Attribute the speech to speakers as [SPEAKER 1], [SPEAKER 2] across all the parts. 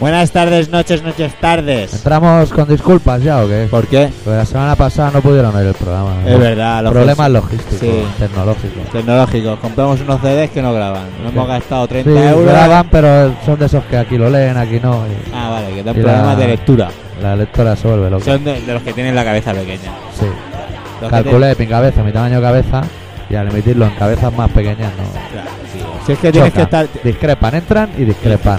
[SPEAKER 1] Buenas tardes, noches, noches, tardes.
[SPEAKER 2] ¿Entramos con disculpas ya o qué?
[SPEAKER 1] ¿Por qué?
[SPEAKER 2] Porque la semana pasada no pudieron oír el programa. ¿no?
[SPEAKER 1] Es verdad, los
[SPEAKER 2] Problemas logísticos,
[SPEAKER 1] Sí.
[SPEAKER 2] tecnológicos.
[SPEAKER 1] tecnológicos. Compramos unos CDs que no graban. Nos hemos gastado
[SPEAKER 2] Sí,
[SPEAKER 1] 30 euros.
[SPEAKER 2] graban, pero son de esos que aquí lo leen, aquí no. y
[SPEAKER 1] Ah, vale, que dan
[SPEAKER 2] Y la-
[SPEAKER 1] problemas de lectura.
[SPEAKER 2] la lectora se vuelve loca.
[SPEAKER 1] Son de, de los que tienen la cabeza pequeña.
[SPEAKER 2] Sí.
[SPEAKER 1] Los que
[SPEAKER 2] Calculé mi cabeza, mi tamaño de cabeza, y al emitirlo en cabezas más pequeñas no.
[SPEAKER 1] te- Claro, sí. Si es que tienes que
[SPEAKER 2] Choca.
[SPEAKER 1] estar.
[SPEAKER 2] Discrepan, entran y discrepan.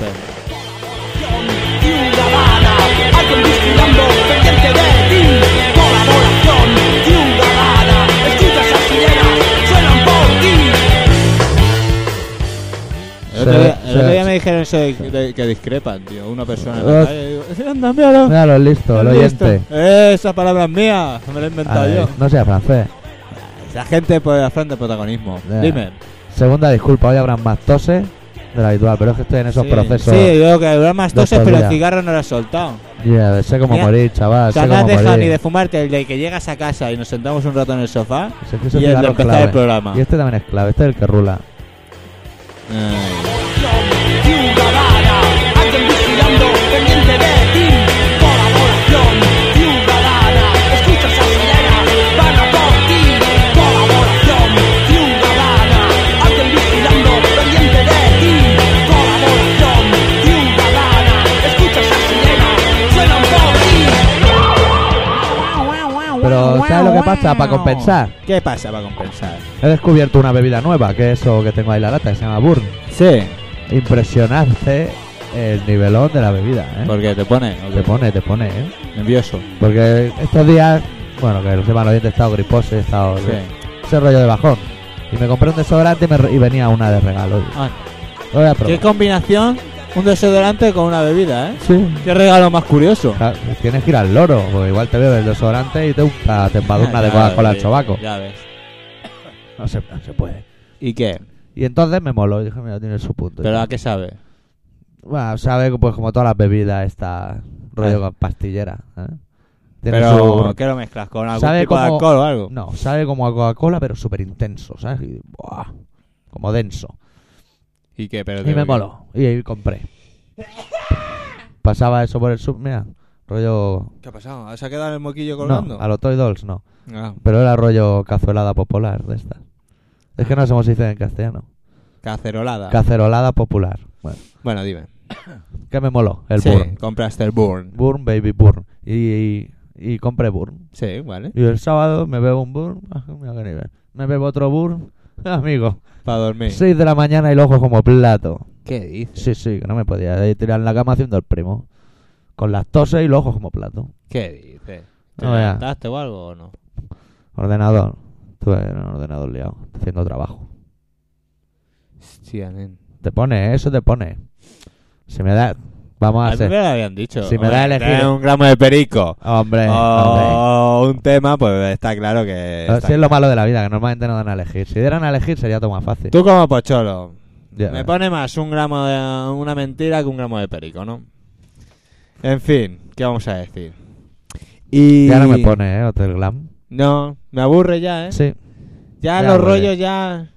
[SPEAKER 3] ciudadana, alguien vigilando, pendiente de ti. Colaboración ciudadana, escucha esas sirenas, suenan por ti.
[SPEAKER 1] El otro día, el
[SPEAKER 2] Se-
[SPEAKER 1] otro
[SPEAKER 2] se-
[SPEAKER 1] día me dijeron eso de, de- que discrepan, tío. Una persona en
[SPEAKER 2] Ah.
[SPEAKER 1] la calle. y digo, "Sí, anda, míralo,
[SPEAKER 2] Míralo, el listo, el
[SPEAKER 1] el listo".
[SPEAKER 2] oyente.
[SPEAKER 1] Eh, esa palabra es mía, me la he inventado
[SPEAKER 2] Ay,
[SPEAKER 1] yo.
[SPEAKER 2] no sea francés.
[SPEAKER 1] La gente por la frente de protagonismo.
[SPEAKER 2] Ya.
[SPEAKER 1] Dime.
[SPEAKER 2] Segunda disculpa, hoy habrán más toses de lo habitual, pero es que estoy en esos
[SPEAKER 1] sí,
[SPEAKER 2] procesos.
[SPEAKER 1] Sí, yo creo que habrá más
[SPEAKER 2] de
[SPEAKER 1] toses,
[SPEAKER 2] estos
[SPEAKER 1] pero el
[SPEAKER 2] días.
[SPEAKER 1] cigarro no lo has soltado.
[SPEAKER 2] Ya, sé cómo
[SPEAKER 1] Mira,
[SPEAKER 2] morir, chaval.
[SPEAKER 1] o sea,
[SPEAKER 2] sé
[SPEAKER 1] no has
[SPEAKER 2] cómo
[SPEAKER 1] dejado ni
[SPEAKER 2] morir.
[SPEAKER 1] de fumarte el de que llegas a casa y nos sentamos un rato en el sofá
[SPEAKER 2] Si Pues es que ese
[SPEAKER 1] y el de
[SPEAKER 2] cigarro es
[SPEAKER 1] empezar
[SPEAKER 2] clave.
[SPEAKER 1] el programa.
[SPEAKER 2] Y este también es clave, este es el que rula.
[SPEAKER 1] Ay.
[SPEAKER 3] Ciudadana, alguien vigilando, pendiente de ti. Colaboración ciudadana, escucha esas sirenas, van a por ti. Colaboración ciudadana, alguien vigilando, pendiente de ti. Colaboración ciudadana, escucha esas sirenas, suenan por ti.
[SPEAKER 2] Pero ¿sabes lo que pasa? Para compensar,
[SPEAKER 1] ¿Qué pasa para compensar?
[SPEAKER 2] he descubierto una bebida nueva, que es eso que tengo ahí la lata, que se llama Burn.
[SPEAKER 1] Sí,
[SPEAKER 2] Impresionante el nivelón de la bebida, ¿eh?
[SPEAKER 1] porque te pone, o
[SPEAKER 2] Te
[SPEAKER 1] que-
[SPEAKER 2] pone, te pone, ¿eh?
[SPEAKER 1] nervioso.
[SPEAKER 2] Porque estos días, bueno, que lo sepan los oyentes, he estado griposo, he estado...
[SPEAKER 1] Sí.
[SPEAKER 2] Ese rollo de bajón. Y me compré un desodorante y, me re- y venía una de regalo. Digo,
[SPEAKER 1] Ah,
[SPEAKER 2] Lo voy a
[SPEAKER 1] ¿Qué
[SPEAKER 2] probar.
[SPEAKER 1] combinación? Un desodorante con una bebida, ¿eh?
[SPEAKER 2] Sí.
[SPEAKER 1] ¿Qué regalo más curioso?
[SPEAKER 2] Ja, Tienes que ir al loro, porque igual te bebes el desodorante y te unta, te empadurna de
[SPEAKER 1] Ya
[SPEAKER 2] Coca-Cola al
[SPEAKER 1] ves,
[SPEAKER 2] chobaco.
[SPEAKER 1] Ya ves.
[SPEAKER 2] No se, no se puede.
[SPEAKER 1] ¿Y qué?
[SPEAKER 2] Y entonces me moló y dije, mira, tiene su punto.
[SPEAKER 1] ¿Pero a qué sabe?
[SPEAKER 2] Bueno, sabe pues como todas las bebidas esta rollo con pastillera. ¿eh? Tiene
[SPEAKER 1] Ah. ¿Pero
[SPEAKER 2] su-
[SPEAKER 1] qué lo mezclas? ¿Con algún
[SPEAKER 2] ¿Sabe
[SPEAKER 1] tipo de
[SPEAKER 2] cómo-
[SPEAKER 1] alcohol o algo?
[SPEAKER 2] No, sabe como a Coca-Cola, pero súper intenso, ¿sabes? Y, buah, como denso.
[SPEAKER 1] ¿Y qué? Pero
[SPEAKER 2] Y me moló. Y ahí compré. Pasaba eso por el sub, mira, rollo...
[SPEAKER 1] ¿Qué ha pasado? ¿Se ha quedado el moquillo
[SPEAKER 2] No, a los Toy Dolls no.
[SPEAKER 1] Ah,
[SPEAKER 2] Pero era rollo cazuelada popular de estas. Es que no sé cómo se dice en castellano.
[SPEAKER 1] cacerolada.
[SPEAKER 2] Cacerolada popular. Bueno,
[SPEAKER 1] bueno, dime.
[SPEAKER 2] que me moló el
[SPEAKER 1] sí,
[SPEAKER 2] burn.
[SPEAKER 1] compraste el burn.
[SPEAKER 2] Burn, baby burn. Y, y, y compré burn.
[SPEAKER 1] Sí, vale.
[SPEAKER 2] Y el sábado me bebo un burn. Ah, mira qué nivel. Me bebo otro burn. Amigo,
[SPEAKER 1] Para dormir.
[SPEAKER 2] 6 de la mañana y los ojos como plato.
[SPEAKER 1] ¿Qué dices?
[SPEAKER 2] Sí, sí, que no me podía ahí tirar en la cama haciendo el primo. Con las toses y los ojos como plato.
[SPEAKER 1] ¿Qué dices? ¿Te
[SPEAKER 2] No veas.
[SPEAKER 1] levantaste o algo o no?
[SPEAKER 2] Ordenador. Estuve en el ordenador liado, haciendo trabajo.
[SPEAKER 1] Hostia, nen.
[SPEAKER 2] Te pone, ¿eh? eso te pone. Si me da... Vamos a
[SPEAKER 1] A mí me
[SPEAKER 2] hacer...
[SPEAKER 1] lo habían dicho.
[SPEAKER 2] Si me da a
[SPEAKER 1] Hombre,
[SPEAKER 2] elegir-
[SPEAKER 1] ten un gramo de perico.
[SPEAKER 2] Hombre, hombre.
[SPEAKER 1] O un tema, pues está claro que.
[SPEAKER 2] Pero
[SPEAKER 1] Oh, está
[SPEAKER 2] si es lo
[SPEAKER 1] claro.
[SPEAKER 2] malo de la vida, que normalmente no dan a elegir. Si dieran a elegir sería todo más fácil.
[SPEAKER 1] Tú como pocholo.
[SPEAKER 2] Ya,
[SPEAKER 1] Me pone más un gramo de una mentira que un gramo de perico, ¿no? En fin, ¿qué vamos a decir? Y.
[SPEAKER 2] ya no me pone, ¿eh? Hotel Glam.
[SPEAKER 1] No, me aburre ya, ¿eh?
[SPEAKER 2] Sí.
[SPEAKER 1] Ya,
[SPEAKER 2] Ya
[SPEAKER 1] los
[SPEAKER 2] huele.
[SPEAKER 1] rollos ya.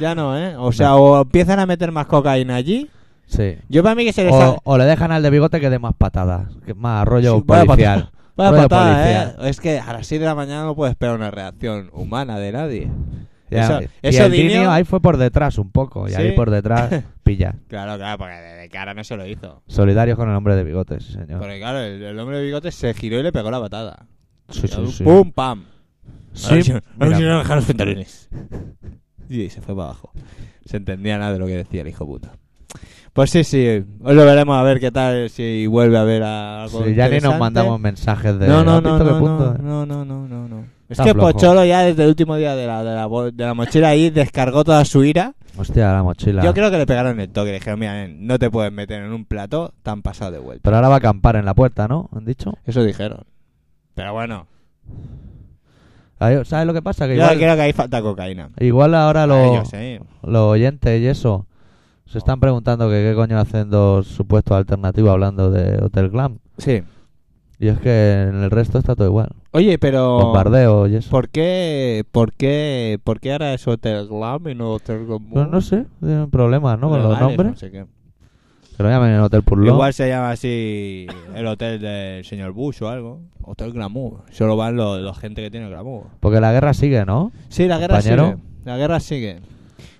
[SPEAKER 1] Ya no, ¿eh? O sea, o empiezan a meter más cocaína allí.
[SPEAKER 2] Sí.
[SPEAKER 1] Yo para mí que se les ha-
[SPEAKER 2] O, o le dejan al de bigote que dé más patadas. Que más rollo
[SPEAKER 1] Sí, pues, vaya
[SPEAKER 2] policial.
[SPEAKER 1] patada- vaya
[SPEAKER 2] rollo
[SPEAKER 1] patada,
[SPEAKER 2] policial.
[SPEAKER 1] ¿eh? Es que a las 6 de la mañana no puedes esperar una reacción humana de nadie.
[SPEAKER 2] Ya,
[SPEAKER 1] Eso-
[SPEAKER 2] y
[SPEAKER 1] eso
[SPEAKER 2] el
[SPEAKER 1] Dinio-
[SPEAKER 2] Dinio ahí fue por detrás un poco. Y
[SPEAKER 1] Sí.
[SPEAKER 2] ahí por detrás pilla.
[SPEAKER 1] Claro, claro, porque de, de cara no se lo hizo.
[SPEAKER 2] Solidarios con el hombre de bigote, sí, señor.
[SPEAKER 1] Porque claro, el, el hombre de bigote se giró y le pegó la patada.
[SPEAKER 2] Sí, sí, sí.
[SPEAKER 1] ¡Pum, pam! A ver si-
[SPEAKER 2] Sí,
[SPEAKER 1] a ver si no
[SPEAKER 2] mira,
[SPEAKER 1] bajan los pantalones. Y se fue para abajo. Se entendía nada de lo que decía el hijo puta. Pues sí, sí. Hoy lo veremos a ver qué tal, si vuelve a ver a- algo
[SPEAKER 2] sí, ya ni nos
[SPEAKER 1] interesante.
[SPEAKER 2] mandamos mensajes de.
[SPEAKER 1] No, no,
[SPEAKER 2] ¿has
[SPEAKER 1] no,
[SPEAKER 2] visto qué
[SPEAKER 1] no,
[SPEAKER 2] punto? eh.
[SPEAKER 1] no, no, no, no, no, no. Es
[SPEAKER 2] Está
[SPEAKER 1] que
[SPEAKER 2] flojo.
[SPEAKER 1] Pocholo ya desde el último día de la, de la, bol- de la mochila ahí descargó toda su ira.
[SPEAKER 2] Hostia, la mochila.
[SPEAKER 1] Yo creo que le pegaron el toque. Le dijeron, mira, nen, no te puedes meter en un plató tan pasado de vuelta.
[SPEAKER 2] Pero ahora va a acampar en la puerta, ¿no? ¿Han dicho?
[SPEAKER 1] Eso dijeron. Pero bueno,
[SPEAKER 2] Ahí- Ah, ¿Sabes lo que pasa? Que
[SPEAKER 1] yo
[SPEAKER 2] igual,
[SPEAKER 1] creo que ahí falta cocaína.
[SPEAKER 2] igual ahora
[SPEAKER 1] A
[SPEAKER 2] los
[SPEAKER 1] ellos, ¿eh?
[SPEAKER 2] los oyentes y eso se están preguntando que qué coño hacen dos supuestos alternativos hablando de Hotel Glam.
[SPEAKER 1] Sí.
[SPEAKER 2] Y es que en el resto está todo igual.
[SPEAKER 1] Oye, pero...
[SPEAKER 2] Bombardeo y eso.
[SPEAKER 1] ¿Por qué, por qué, por qué ahora es Hotel Glam y no Hotel Glam?
[SPEAKER 2] No, no sé, tienen problemas, ¿no? Con los
[SPEAKER 1] Legales,
[SPEAKER 2] nombres.
[SPEAKER 1] no sé qué.
[SPEAKER 2] Que lo llamen el Hotel Purlón.
[SPEAKER 1] pues Igual se llama así el hotel del señor Bush o algo. Hotel Glamour. Solo van los, los gente que tiene Glamour.
[SPEAKER 2] Porque la guerra sigue, ¿no?
[SPEAKER 1] Sí, la guerra
[SPEAKER 2] Compañero.
[SPEAKER 1] sigue. La guerra sigue.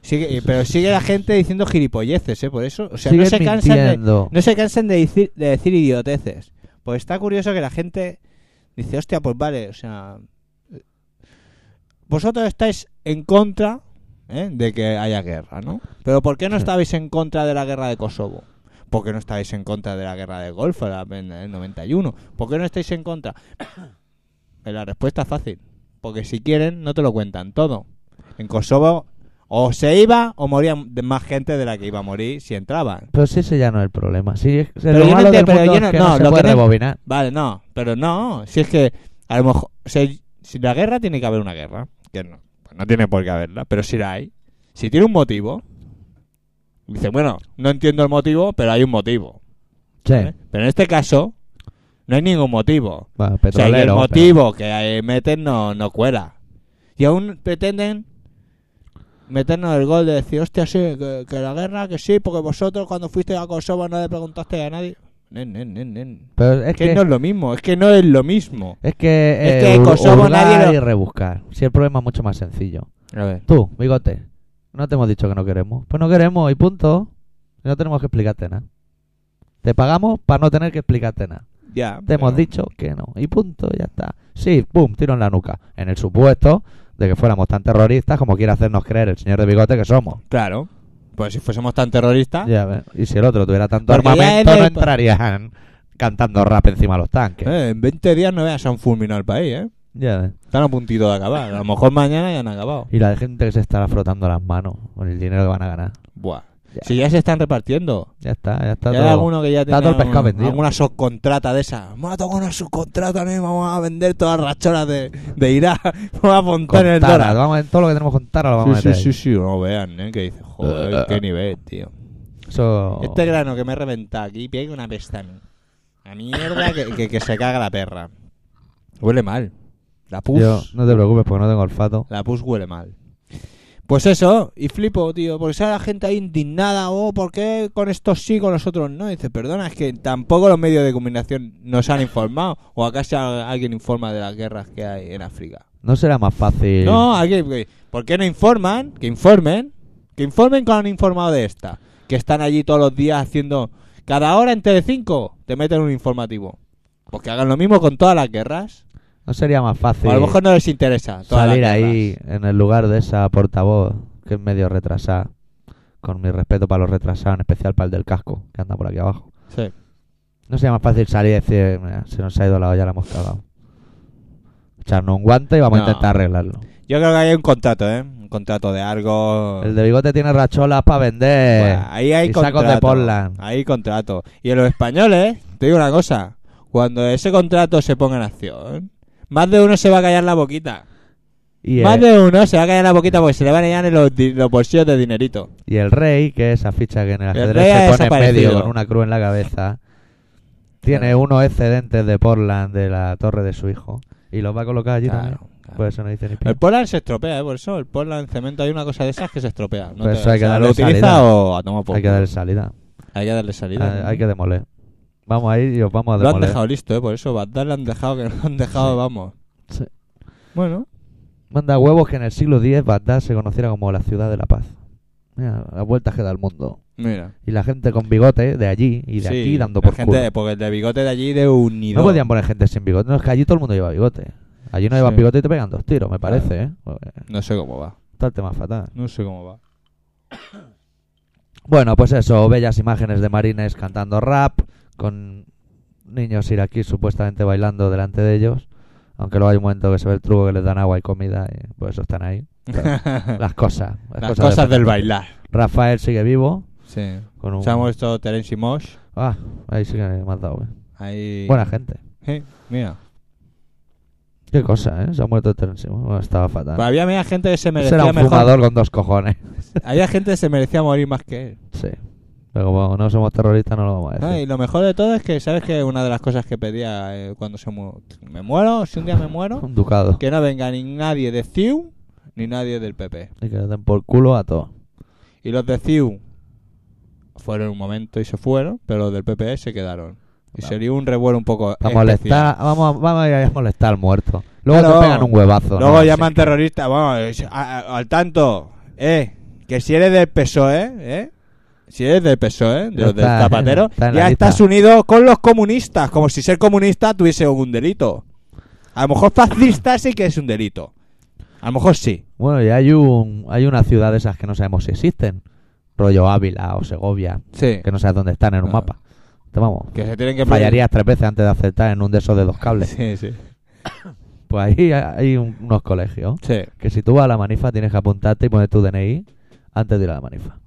[SPEAKER 1] Sigue- y- pero sigue la gente diciendo gilipolleces, ¿eh? Por eso. O sea,
[SPEAKER 2] Siguen
[SPEAKER 1] no se, cansan de,
[SPEAKER 2] mintiendo.
[SPEAKER 1] no se cansan de decir, de decir idioteces. Pues está curioso que la gente dice, hostia, pues vale, o sea. eh, Vosotros estáis en contra ¿eh? de que haya guerra, ¿no? Pero ¿por qué no
[SPEAKER 2] Sí.
[SPEAKER 1] estabais en contra de la guerra de Kosovo? ¿Por qué no estáis en contra de la guerra de Golfo la- en el 91? ¿Por qué no estáis en contra? Eh, La respuesta es fácil. Porque si quieren, no te lo cuentan todo. En Kosovo o se iba o moría de- más gente de la que iba a morir si entraban.
[SPEAKER 2] Pero sí, ese ya no es el problema. Sí, es-
[SPEAKER 1] Pero
[SPEAKER 2] lo
[SPEAKER 1] yo no
[SPEAKER 2] malo
[SPEAKER 1] te-
[SPEAKER 2] del
[SPEAKER 1] pero
[SPEAKER 2] mundo
[SPEAKER 1] yo
[SPEAKER 2] es
[SPEAKER 1] no-
[SPEAKER 2] que no,
[SPEAKER 1] no,
[SPEAKER 2] se
[SPEAKER 1] lo
[SPEAKER 2] puede
[SPEAKER 1] que te-
[SPEAKER 2] rebobinar.
[SPEAKER 1] Vale, no, pero no. Si es que a lo mejor... o sea, si la guerra tiene que haber una guerra. Que no, pues no tiene por qué haberla, pero si la hay. Si tiene un motivo... Dice, bueno, no entiendo el motivo, pero hay un motivo.
[SPEAKER 2] Sí.
[SPEAKER 1] ¿vale? Pero en este caso, no hay ningún motivo.
[SPEAKER 2] Bueno,
[SPEAKER 1] O sea,
[SPEAKER 2] petrolero.
[SPEAKER 1] que el
[SPEAKER 2] pero-
[SPEAKER 1] motivo que eh, meten no, no cuela. Y aún pretenden meternos el gol de decir, hostia, sí, que, que la guerra, que sí, porque vosotros cuando fuiste a Kosovo no le preguntaste a nadie. Nen, nen, nen, nen.
[SPEAKER 2] Pero es
[SPEAKER 1] Es que
[SPEAKER 2] que...
[SPEAKER 1] no es lo mismo, es que no es lo mismo.
[SPEAKER 2] Es que,
[SPEAKER 1] Es
[SPEAKER 2] eh,
[SPEAKER 1] que
[SPEAKER 2] hur-
[SPEAKER 1] Kosovo
[SPEAKER 2] hurgar
[SPEAKER 1] nadie lo-
[SPEAKER 2] y rebuscar. Si el problema es mucho más sencillo.
[SPEAKER 1] A ver.
[SPEAKER 2] Tú, bigote, no te hemos dicho que no queremos. Pues no queremos y punto. No tenemos que explicarte nada. Te pagamos para no tener que explicarte nada.
[SPEAKER 1] Ya.
[SPEAKER 2] Te hemos dicho que no. Y punto, ya está. Sí, pum, tiro en la nuca. En el supuesto de que fuéramos tan terroristas como quiere hacernos creer el señor de bigote que somos.
[SPEAKER 1] Claro. Pues si fuésemos tan terroristas.
[SPEAKER 2] Ya ves. Y si el otro tuviera tanto
[SPEAKER 1] Porque ya
[SPEAKER 2] armamento,
[SPEAKER 1] en el-
[SPEAKER 2] no entrarían cantando rap encima de los tanques.
[SPEAKER 1] eh, en 20 días no veas, se han fulminado el país, ¿eh?
[SPEAKER 2] Ya ves.
[SPEAKER 1] Están a puntito de acabar. A lo mejor mañana ya han acabado.
[SPEAKER 2] Y la gente que se estará frotando las manos con el dinero que van a ganar.
[SPEAKER 1] Buah.
[SPEAKER 2] Ya.
[SPEAKER 1] Si ya se están repartiendo.
[SPEAKER 2] Ya está, ya está.
[SPEAKER 1] Ya
[SPEAKER 2] todo.
[SPEAKER 1] hay alguno que ya tiene
[SPEAKER 2] está todo el pescado
[SPEAKER 1] algún-
[SPEAKER 2] vendido.
[SPEAKER 1] alguna subcontrata de esa. Vamos a tocar una subcontrata, ¿no? Y vamos a vender todas las racholas de, de Irak. Vamos a montar
[SPEAKER 2] Con
[SPEAKER 1] en el
[SPEAKER 2] Tara,
[SPEAKER 1] dólar.
[SPEAKER 2] vamos a- todo lo que tenemos con Tara lo vamos a
[SPEAKER 1] Sí, sí,
[SPEAKER 2] meter. ahí.
[SPEAKER 1] sí, sí, no vean, ¿eh? Que dice, joder,
[SPEAKER 2] Eh, eh,
[SPEAKER 1] qué
[SPEAKER 2] eh.
[SPEAKER 1] nivel, tío.
[SPEAKER 2] Eso-
[SPEAKER 1] Este grano que me he reventado aquí pega una pestaña. La mierda que, que- que se caga la perra. Huele mal. La pus.
[SPEAKER 2] Yo, no te preocupes porque no tengo olfato.
[SPEAKER 1] La pus huele mal. Pues eso, y flipo, tío, porque sale la gente ahí indignada, oh, ¿por qué con estos sí, con los otros no? Y dice, perdona, es que tampoco los medios de comunicación nos han informado, o acaso alguien informa de las guerras que hay en África.
[SPEAKER 2] No será más fácil.
[SPEAKER 1] No, alguien, que- ¿por qué no informan? Que informen, que informen cuando han informado de esta, que están allí todos los días haciendo, cada hora en Telecinco te meten un informativo. Pues que hagan lo mismo con todas las guerras,
[SPEAKER 2] No sería más fácil
[SPEAKER 1] o a lo mejor no les interesa. todas las
[SPEAKER 2] salir
[SPEAKER 1] guerras.
[SPEAKER 2] ahí en el lugar de esa portavoz que es medio retrasada. Con mi respeto para los retrasados, en especial para el del casco que anda por aquí abajo.
[SPEAKER 1] Sí.
[SPEAKER 2] No sería más fácil salir y decir, "Mira, se nos ha ido la olla, la hemos cagado. Echarnos un guante y vamos
[SPEAKER 1] No.
[SPEAKER 2] a intentar arreglarlo.
[SPEAKER 1] Yo creo que hay un contrato, ¿eh? Un contrato de algo.
[SPEAKER 2] El de bigote tiene racholas para vender.
[SPEAKER 1] Buah, ahí hay
[SPEAKER 2] y sacos
[SPEAKER 1] contrato.
[SPEAKER 2] de Portland.
[SPEAKER 1] Hay contrato. Y en los españoles, te digo una cosa. Cuando ese contrato se ponga en acción, más de uno se va a callar la boquita.
[SPEAKER 2] Y,
[SPEAKER 1] Más
[SPEAKER 2] el,
[SPEAKER 1] de uno se va a callar la boquita porque se le van a llenar en los, di- los bolsillos de dinerito.
[SPEAKER 2] y el rey, que es esa ficha que en el
[SPEAKER 1] rey ha
[SPEAKER 2] ajedrez se pone en medio
[SPEAKER 1] desaparecido.
[SPEAKER 2] con una cruz en la cabeza, tiene unos excedentes de Portland de la torre de su hijo y los va a colocar allí
[SPEAKER 1] Claro,
[SPEAKER 2] también.
[SPEAKER 1] claro.
[SPEAKER 2] Pues eso no dice ni pío.
[SPEAKER 1] El Portland se estropea, ¿eh? Por eso, el Portland en cemento hay una cosa de esas que se estropea. No
[SPEAKER 2] Pues
[SPEAKER 1] te-
[SPEAKER 2] eso hay que
[SPEAKER 1] o sea,
[SPEAKER 2] darle
[SPEAKER 1] ¿Lo utiliza
[SPEAKER 2] salida.
[SPEAKER 1] o a tomar por
[SPEAKER 2] Hay que
[SPEAKER 1] culo?
[SPEAKER 2] darle salida.
[SPEAKER 1] Hay que darle salida.
[SPEAKER 2] Ah, hay que demoler. Vamos a ir y os vamos a
[SPEAKER 1] Lo han
[SPEAKER 2] demoler.
[SPEAKER 1] dejado listo, ¿eh? Por eso, Bagdad lo han dejado, que lo han dejado,
[SPEAKER 2] Sí.
[SPEAKER 1] vamos.
[SPEAKER 2] Sí.
[SPEAKER 1] Bueno.
[SPEAKER 2] Manda huevos que en el siglo X Bagdad se conociera como la ciudad de la paz. Mira, las vueltas que da el mundo.
[SPEAKER 1] Mira.
[SPEAKER 2] Y la gente con bigote de allí y de
[SPEAKER 1] Sí,
[SPEAKER 2] aquí dando
[SPEAKER 1] la
[SPEAKER 2] por
[SPEAKER 1] gente
[SPEAKER 2] culo.
[SPEAKER 1] de- porque el de bigote de allí de unido.
[SPEAKER 2] No podían poner gente sin bigote. No, es que allí todo el mundo lleva bigote. Allí no llevan
[SPEAKER 1] Sí.
[SPEAKER 2] bigote y te pegan dos tiros, me parece, ¿eh? Porque
[SPEAKER 1] No sé cómo va.
[SPEAKER 2] Está el tema fatal.
[SPEAKER 1] No sé cómo va.
[SPEAKER 2] Bueno, pues eso, bellas imágenes de marines cantando rap, con niños iraquíes supuestamente bailando delante de ellos. Aunque luego hay un momento que se ve el truco que les dan agua y comida, y por eso están ahí. Las cosas.
[SPEAKER 1] Las cosas
[SPEAKER 2] de-
[SPEAKER 1] del bailar.
[SPEAKER 2] Rafael sigue vivo.
[SPEAKER 1] Sí.
[SPEAKER 2] Con un...
[SPEAKER 1] Se ha muerto Terence y Mosh.
[SPEAKER 2] Ah, ahí sí que me has dado. eh.
[SPEAKER 1] Ahí.
[SPEAKER 2] Buena gente.
[SPEAKER 1] Sí, mira.
[SPEAKER 2] Qué cosa, ¿eh? Se ha muerto Terence. Bueno, estaba fatal.
[SPEAKER 1] Pues había, había gente que se
[SPEAKER 2] Ese era
[SPEAKER 1] merecía
[SPEAKER 2] un
[SPEAKER 1] mejor.
[SPEAKER 2] fumador con dos cojones.
[SPEAKER 1] Había gente que se merecía morir más que él.
[SPEAKER 2] Sí. Pero como no somos terroristas, no lo vamos a decir.
[SPEAKER 1] Ah, y lo mejor de todo es que, ¿sabes que Una de las cosas que pedía eh, cuando se mu- me muero, si un día me muero,
[SPEAKER 2] Un ducado.
[SPEAKER 1] que no venga ni nadie de CIU ni nadie del PP.
[SPEAKER 2] Y que le den por culo a todo.
[SPEAKER 1] Y los de CIU fueron un momento y se fueron, pero los del PP se quedaron. Y
[SPEAKER 2] Vamos.
[SPEAKER 1] sería un revuelo un poco.
[SPEAKER 2] Para
[SPEAKER 1] especial.
[SPEAKER 2] molestar, vamos, a- vamos a ir a molestar al muerto. Luego
[SPEAKER 1] Claro.
[SPEAKER 2] te pegan un huevazo.
[SPEAKER 1] Luego
[SPEAKER 2] ¿no?
[SPEAKER 1] llaman
[SPEAKER 2] Sí.
[SPEAKER 1] terrorista, vamos, es- a- a- al tanto, eh, que si eres del PSOE, eh, si eres del PSOE, E, de
[SPEAKER 2] Ya
[SPEAKER 1] los del
[SPEAKER 2] está,
[SPEAKER 1] Zapatero,
[SPEAKER 2] está en la
[SPEAKER 1] ya
[SPEAKER 2] lista.
[SPEAKER 1] estás unido con los comunistas, como si ser comunista tuviese algún delito. A lo mejor fascista sí que es un delito. A lo mejor sí.
[SPEAKER 2] Bueno, y hay, un, hay una ciudad de esas que no sabemos si existen. Rollo Ávila o Segovia,
[SPEAKER 1] Sí.
[SPEAKER 2] que no sabes dónde están en un
[SPEAKER 1] Claro.
[SPEAKER 2] mapa. Te vamos,
[SPEAKER 1] Que se tienen que
[SPEAKER 2] Pues fallarías tres veces antes de aceptar en un de esos de dos cables.
[SPEAKER 1] Sí, sí.
[SPEAKER 2] Pues ahí hay un- unos colegios
[SPEAKER 1] Sí.
[SPEAKER 2] que si tú vas a la manifa tienes que apuntarte y poner tu DNI antes de ir a la manifa.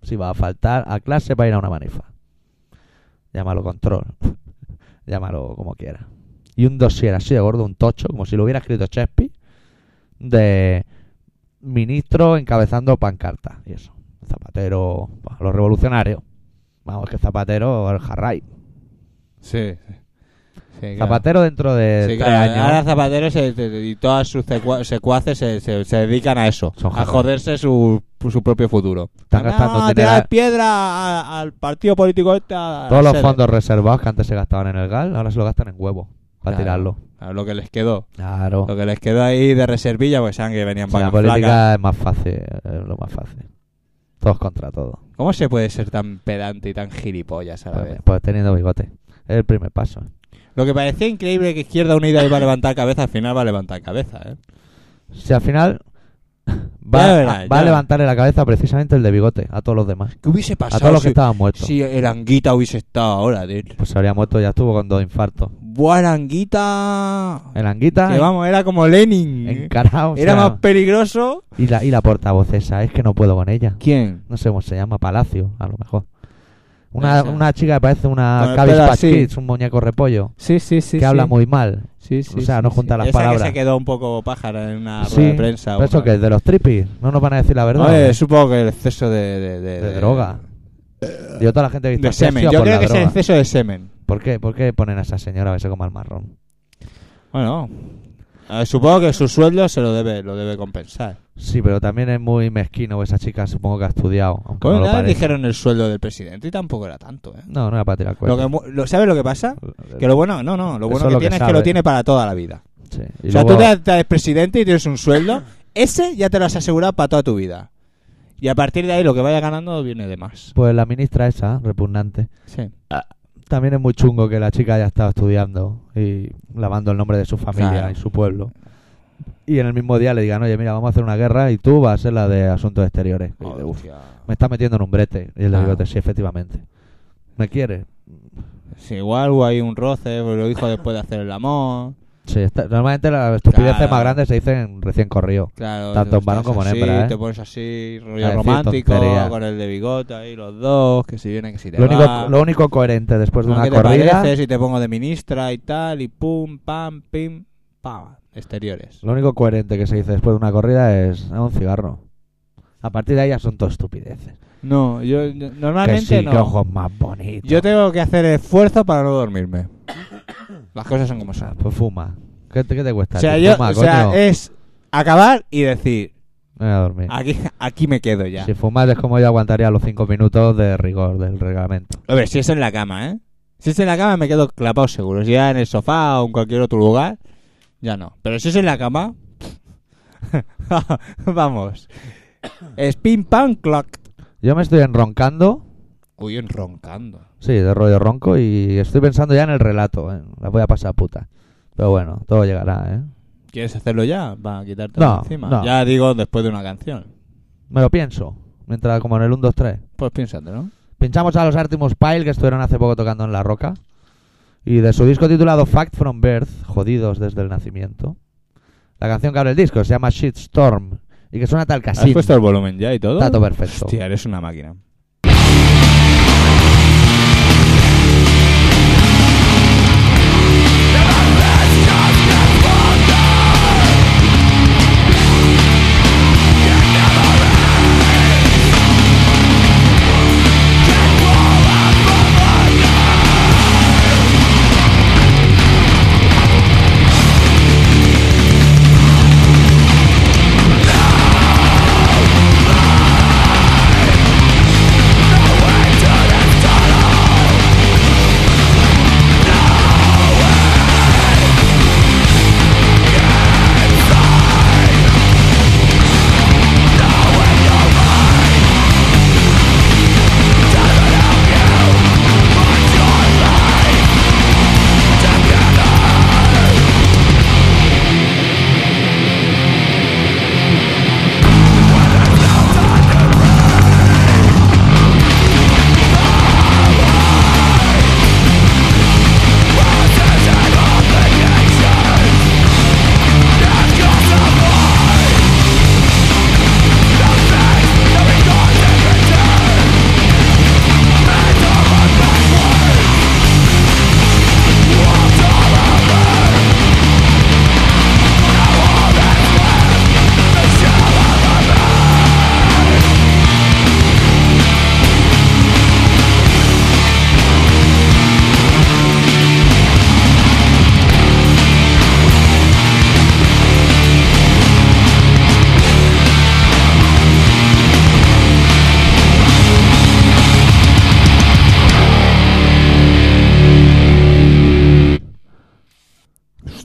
[SPEAKER 2] Si vas a faltar a clase para ir a una manifa. Llámalo control. Llámalo como quieras. Y un dossier así de gordo, un tocho, como si lo hubiera escrito Chespi, de ministro encabezando pancartas y eso. Zapatero, bah, los revolucionarios. Vamos, que Zapatero, el Jarray.
[SPEAKER 1] Sí. Sí, claro.
[SPEAKER 2] Zapatero dentro de
[SPEAKER 1] Sí,
[SPEAKER 2] tres
[SPEAKER 1] claro,
[SPEAKER 2] años.
[SPEAKER 1] Ahora Zapatero se- se- y todas sus secua- secuaces se, se- se dedican a eso,
[SPEAKER 2] Son
[SPEAKER 1] a
[SPEAKER 2] genios.
[SPEAKER 1] joderse su, su propio futuro.
[SPEAKER 2] Están
[SPEAKER 1] Vamos
[SPEAKER 2] gastando
[SPEAKER 1] a
[SPEAKER 2] dinero-
[SPEAKER 1] tirar piedra a- al partido político este. a- a
[SPEAKER 2] Todos
[SPEAKER 1] la
[SPEAKER 2] los
[SPEAKER 1] sede.
[SPEAKER 2] fondos reservados que antes se gastaban en el GAL, ahora se lo gastan en huevo para
[SPEAKER 1] Claro.
[SPEAKER 2] tirarlo.
[SPEAKER 1] Claro, lo que les quedó.
[SPEAKER 2] Claro.
[SPEAKER 1] Lo que les quedó ahí de reservilla, pues porque saben que venían
[SPEAKER 2] Si la
[SPEAKER 1] para
[SPEAKER 2] política es más fácil, es lo más fácil. Todos contra todos.
[SPEAKER 1] ¿Cómo se puede ser tan pedante y tan gilipollas a la vez?
[SPEAKER 2] Pues, pues teniendo bigote. Es el primer paso.
[SPEAKER 1] Lo que parecía increíble que Izquierda Unida iba a levantar cabeza, al final va a levantar cabeza. ¿eh?
[SPEAKER 2] Si al final va,
[SPEAKER 1] Ya verás,
[SPEAKER 2] va a
[SPEAKER 1] ya.
[SPEAKER 2] levantarle la cabeza precisamente el de bigote a todos los demás.
[SPEAKER 1] ¿Qué hubiese
[SPEAKER 2] a todos
[SPEAKER 1] pasado
[SPEAKER 2] los
[SPEAKER 1] si,
[SPEAKER 2] que estaban muertos.
[SPEAKER 1] si el Anguita hubiese estado ahora? tío?
[SPEAKER 2] Pues se habría muerto, ya estuvo con dos infartos.
[SPEAKER 1] Buah, Anguita.
[SPEAKER 2] El anguita,
[SPEAKER 1] Que vamos, era como Lenin.
[SPEAKER 2] encarado. o
[SPEAKER 1] Era
[SPEAKER 2] sea,
[SPEAKER 1] más peligroso.
[SPEAKER 2] y, la, y la portavoz esa, es que no puedo con ella.
[SPEAKER 1] ¿Quién?
[SPEAKER 2] No sé cómo se llama, Palacio, a lo mejor. Una,
[SPEAKER 1] Esa.
[SPEAKER 2] una chica que parece
[SPEAKER 1] Con
[SPEAKER 2] una
[SPEAKER 1] el
[SPEAKER 2] Cabbage
[SPEAKER 1] pelo
[SPEAKER 2] Patch
[SPEAKER 1] así.
[SPEAKER 2] Kids, un muñeco repollo,
[SPEAKER 1] Sí, sí, sí.
[SPEAKER 2] que habla muy mal.
[SPEAKER 1] Sí,
[SPEAKER 2] o sea, no junta las
[SPEAKER 1] Esa
[SPEAKER 2] palabras.
[SPEAKER 1] que se quedó un poco pájara en una
[SPEAKER 2] Sí,
[SPEAKER 1] rueda de prensa.
[SPEAKER 2] ¿Pero
[SPEAKER 1] o
[SPEAKER 2] eso
[SPEAKER 1] una-
[SPEAKER 2] que es de los trippies? No nos van a decir la verdad.
[SPEAKER 1] Oye, supongo que el exceso de... De, de-
[SPEAKER 2] de,
[SPEAKER 1] de-
[SPEAKER 2] droga. Yo toda la gente que
[SPEAKER 1] eh, De
[SPEAKER 2] está
[SPEAKER 1] semen.
[SPEAKER 2] obsesiva
[SPEAKER 1] Yo
[SPEAKER 2] por
[SPEAKER 1] creo
[SPEAKER 2] la
[SPEAKER 1] que es el
[SPEAKER 2] droga.
[SPEAKER 1] exceso de semen.
[SPEAKER 2] ¿Por qué? ¿Por qué ponen a esa señora a que se coma el marrón?
[SPEAKER 1] Bueno, eh, supongo que su sueldo se lo debe lo debe compensar.
[SPEAKER 2] Sí, pero también es muy mezquino. Esa chica supongo que ha estudiado. Aunque
[SPEAKER 1] Bueno,
[SPEAKER 2] no lo
[SPEAKER 1] una vez
[SPEAKER 2] parezca.
[SPEAKER 1] dijeron el sueldo del presidente y tampoco era tanto, ¿eh?
[SPEAKER 2] No, no era para tirar
[SPEAKER 1] Lo
[SPEAKER 2] cuello.
[SPEAKER 1] que mu- lo- ¿Sabes lo que pasa? Que lo bueno, no, no, lo bueno
[SPEAKER 2] Pues Eso es
[SPEAKER 1] que
[SPEAKER 2] lo que
[SPEAKER 1] tiene es que
[SPEAKER 2] sabe.
[SPEAKER 1] lo tiene para toda la vida.
[SPEAKER 2] Sí. Y
[SPEAKER 1] o sea,
[SPEAKER 2] luego-
[SPEAKER 1] tú te, te eres presidente y tienes un sueldo, ese ya te lo has asegurado para toda tu vida. Y a partir de ahí lo que vaya ganando viene de más.
[SPEAKER 2] Pues la ministra esa, repugnante.
[SPEAKER 1] Sí.
[SPEAKER 2] También es muy chungo que la chica haya estado estudiando y lavando el nombre de su familia
[SPEAKER 1] Claro.
[SPEAKER 2] y su pueblo. Y en el mismo día le digan, oye, mira, vamos a hacer una guerra y tú vas a ser la de asuntos exteriores. Y de, "Uf, me está metiendo en un brete. Y el de
[SPEAKER 1] Ah.
[SPEAKER 2] bigote, sí, efectivamente. ¿Me quiere?
[SPEAKER 1] Sí, igual hubo ahí un roce, porque lo dijo después de hacer el amor.
[SPEAKER 2] Sí, está- normalmente las estupideces
[SPEAKER 1] Claro.
[SPEAKER 2] más grandes se dicen recién corrido.
[SPEAKER 1] Claro,
[SPEAKER 2] Tanto
[SPEAKER 1] te
[SPEAKER 2] en varón
[SPEAKER 1] pones
[SPEAKER 2] como en
[SPEAKER 1] así,
[SPEAKER 2] hembra, ¿eh?
[SPEAKER 1] Te pones así, rollo
[SPEAKER 2] A decir
[SPEAKER 1] romántico,
[SPEAKER 2] tonterías.
[SPEAKER 1] con el de bigota ahí los dos, que si viene, que si te
[SPEAKER 2] Lo único,
[SPEAKER 1] va.
[SPEAKER 2] lo único coherente después de
[SPEAKER 1] ¿no?
[SPEAKER 2] una
[SPEAKER 1] ¿Qué te
[SPEAKER 2] corrida,
[SPEAKER 1] parece si te pongo de ministra y tal, y pum, pam, pim, pam, exteriores.
[SPEAKER 2] lo único coherente que se dice después de una corrida es "Ah, un cigarro. A partir de ahí ya son todo estupideces.
[SPEAKER 1] No, yo, yo-
[SPEAKER 2] Que
[SPEAKER 1] normalmente
[SPEAKER 2] sí,
[SPEAKER 1] no.
[SPEAKER 2] que ojos más bonitos.
[SPEAKER 1] Yo tengo que hacer esfuerzo para no dormirme. Las cosas son como
[SPEAKER 2] O sea,
[SPEAKER 1] son.
[SPEAKER 2] pues fuma. ¿Qué te, qué te cuesta?
[SPEAKER 1] O sea,
[SPEAKER 2] tío?
[SPEAKER 1] yo,
[SPEAKER 2] Fuma,
[SPEAKER 1] o sea, eh,
[SPEAKER 2] coño.
[SPEAKER 1] es acabar y decir,
[SPEAKER 2] Me voy a dormir.
[SPEAKER 1] aquí, aquí me quedo ya.
[SPEAKER 2] Si fumas es como yo aguantaría los cinco minutos de rigor del reglamento.
[SPEAKER 1] A ver, si es en la cama, ¿eh? Si es en la cama me quedo clapado seguro. Si ya en el sofá o en cualquier otro lugar, ya no. Pero si es en la cama, vamos. Es pim pam clock.
[SPEAKER 2] Yo me estoy enroncando,
[SPEAKER 1] Uy, enroncando.
[SPEAKER 2] sí, de rollo ronco, y estoy pensando ya en el relato. ¿eh? La voy a pasar puta. Pero bueno, todo llegará, ¿eh?
[SPEAKER 1] ¿Quieres hacerlo ya? Para quitarte
[SPEAKER 2] No,
[SPEAKER 1] encima.
[SPEAKER 2] no.
[SPEAKER 1] Ya digo después de una canción.
[SPEAKER 2] Me lo pienso. Mientras, como en el 1, 2, 3.
[SPEAKER 1] Pues piénsate, ¿no?
[SPEAKER 2] Pinchamos a los Artemus Pyle, que estuvieron hace poco tocando en La Roca. Y de su disco titulado Fact from Birth, Jodidos desde el Nacimiento. La canción que abre el disco se llama Shitstorm. Y que suena tal
[SPEAKER 1] ¿Has
[SPEAKER 2] casi.
[SPEAKER 1] puesto el volumen ya y todo?
[SPEAKER 2] Está todo perfecto.
[SPEAKER 1] Hostia, eres una máquina.
[SPEAKER 4] Never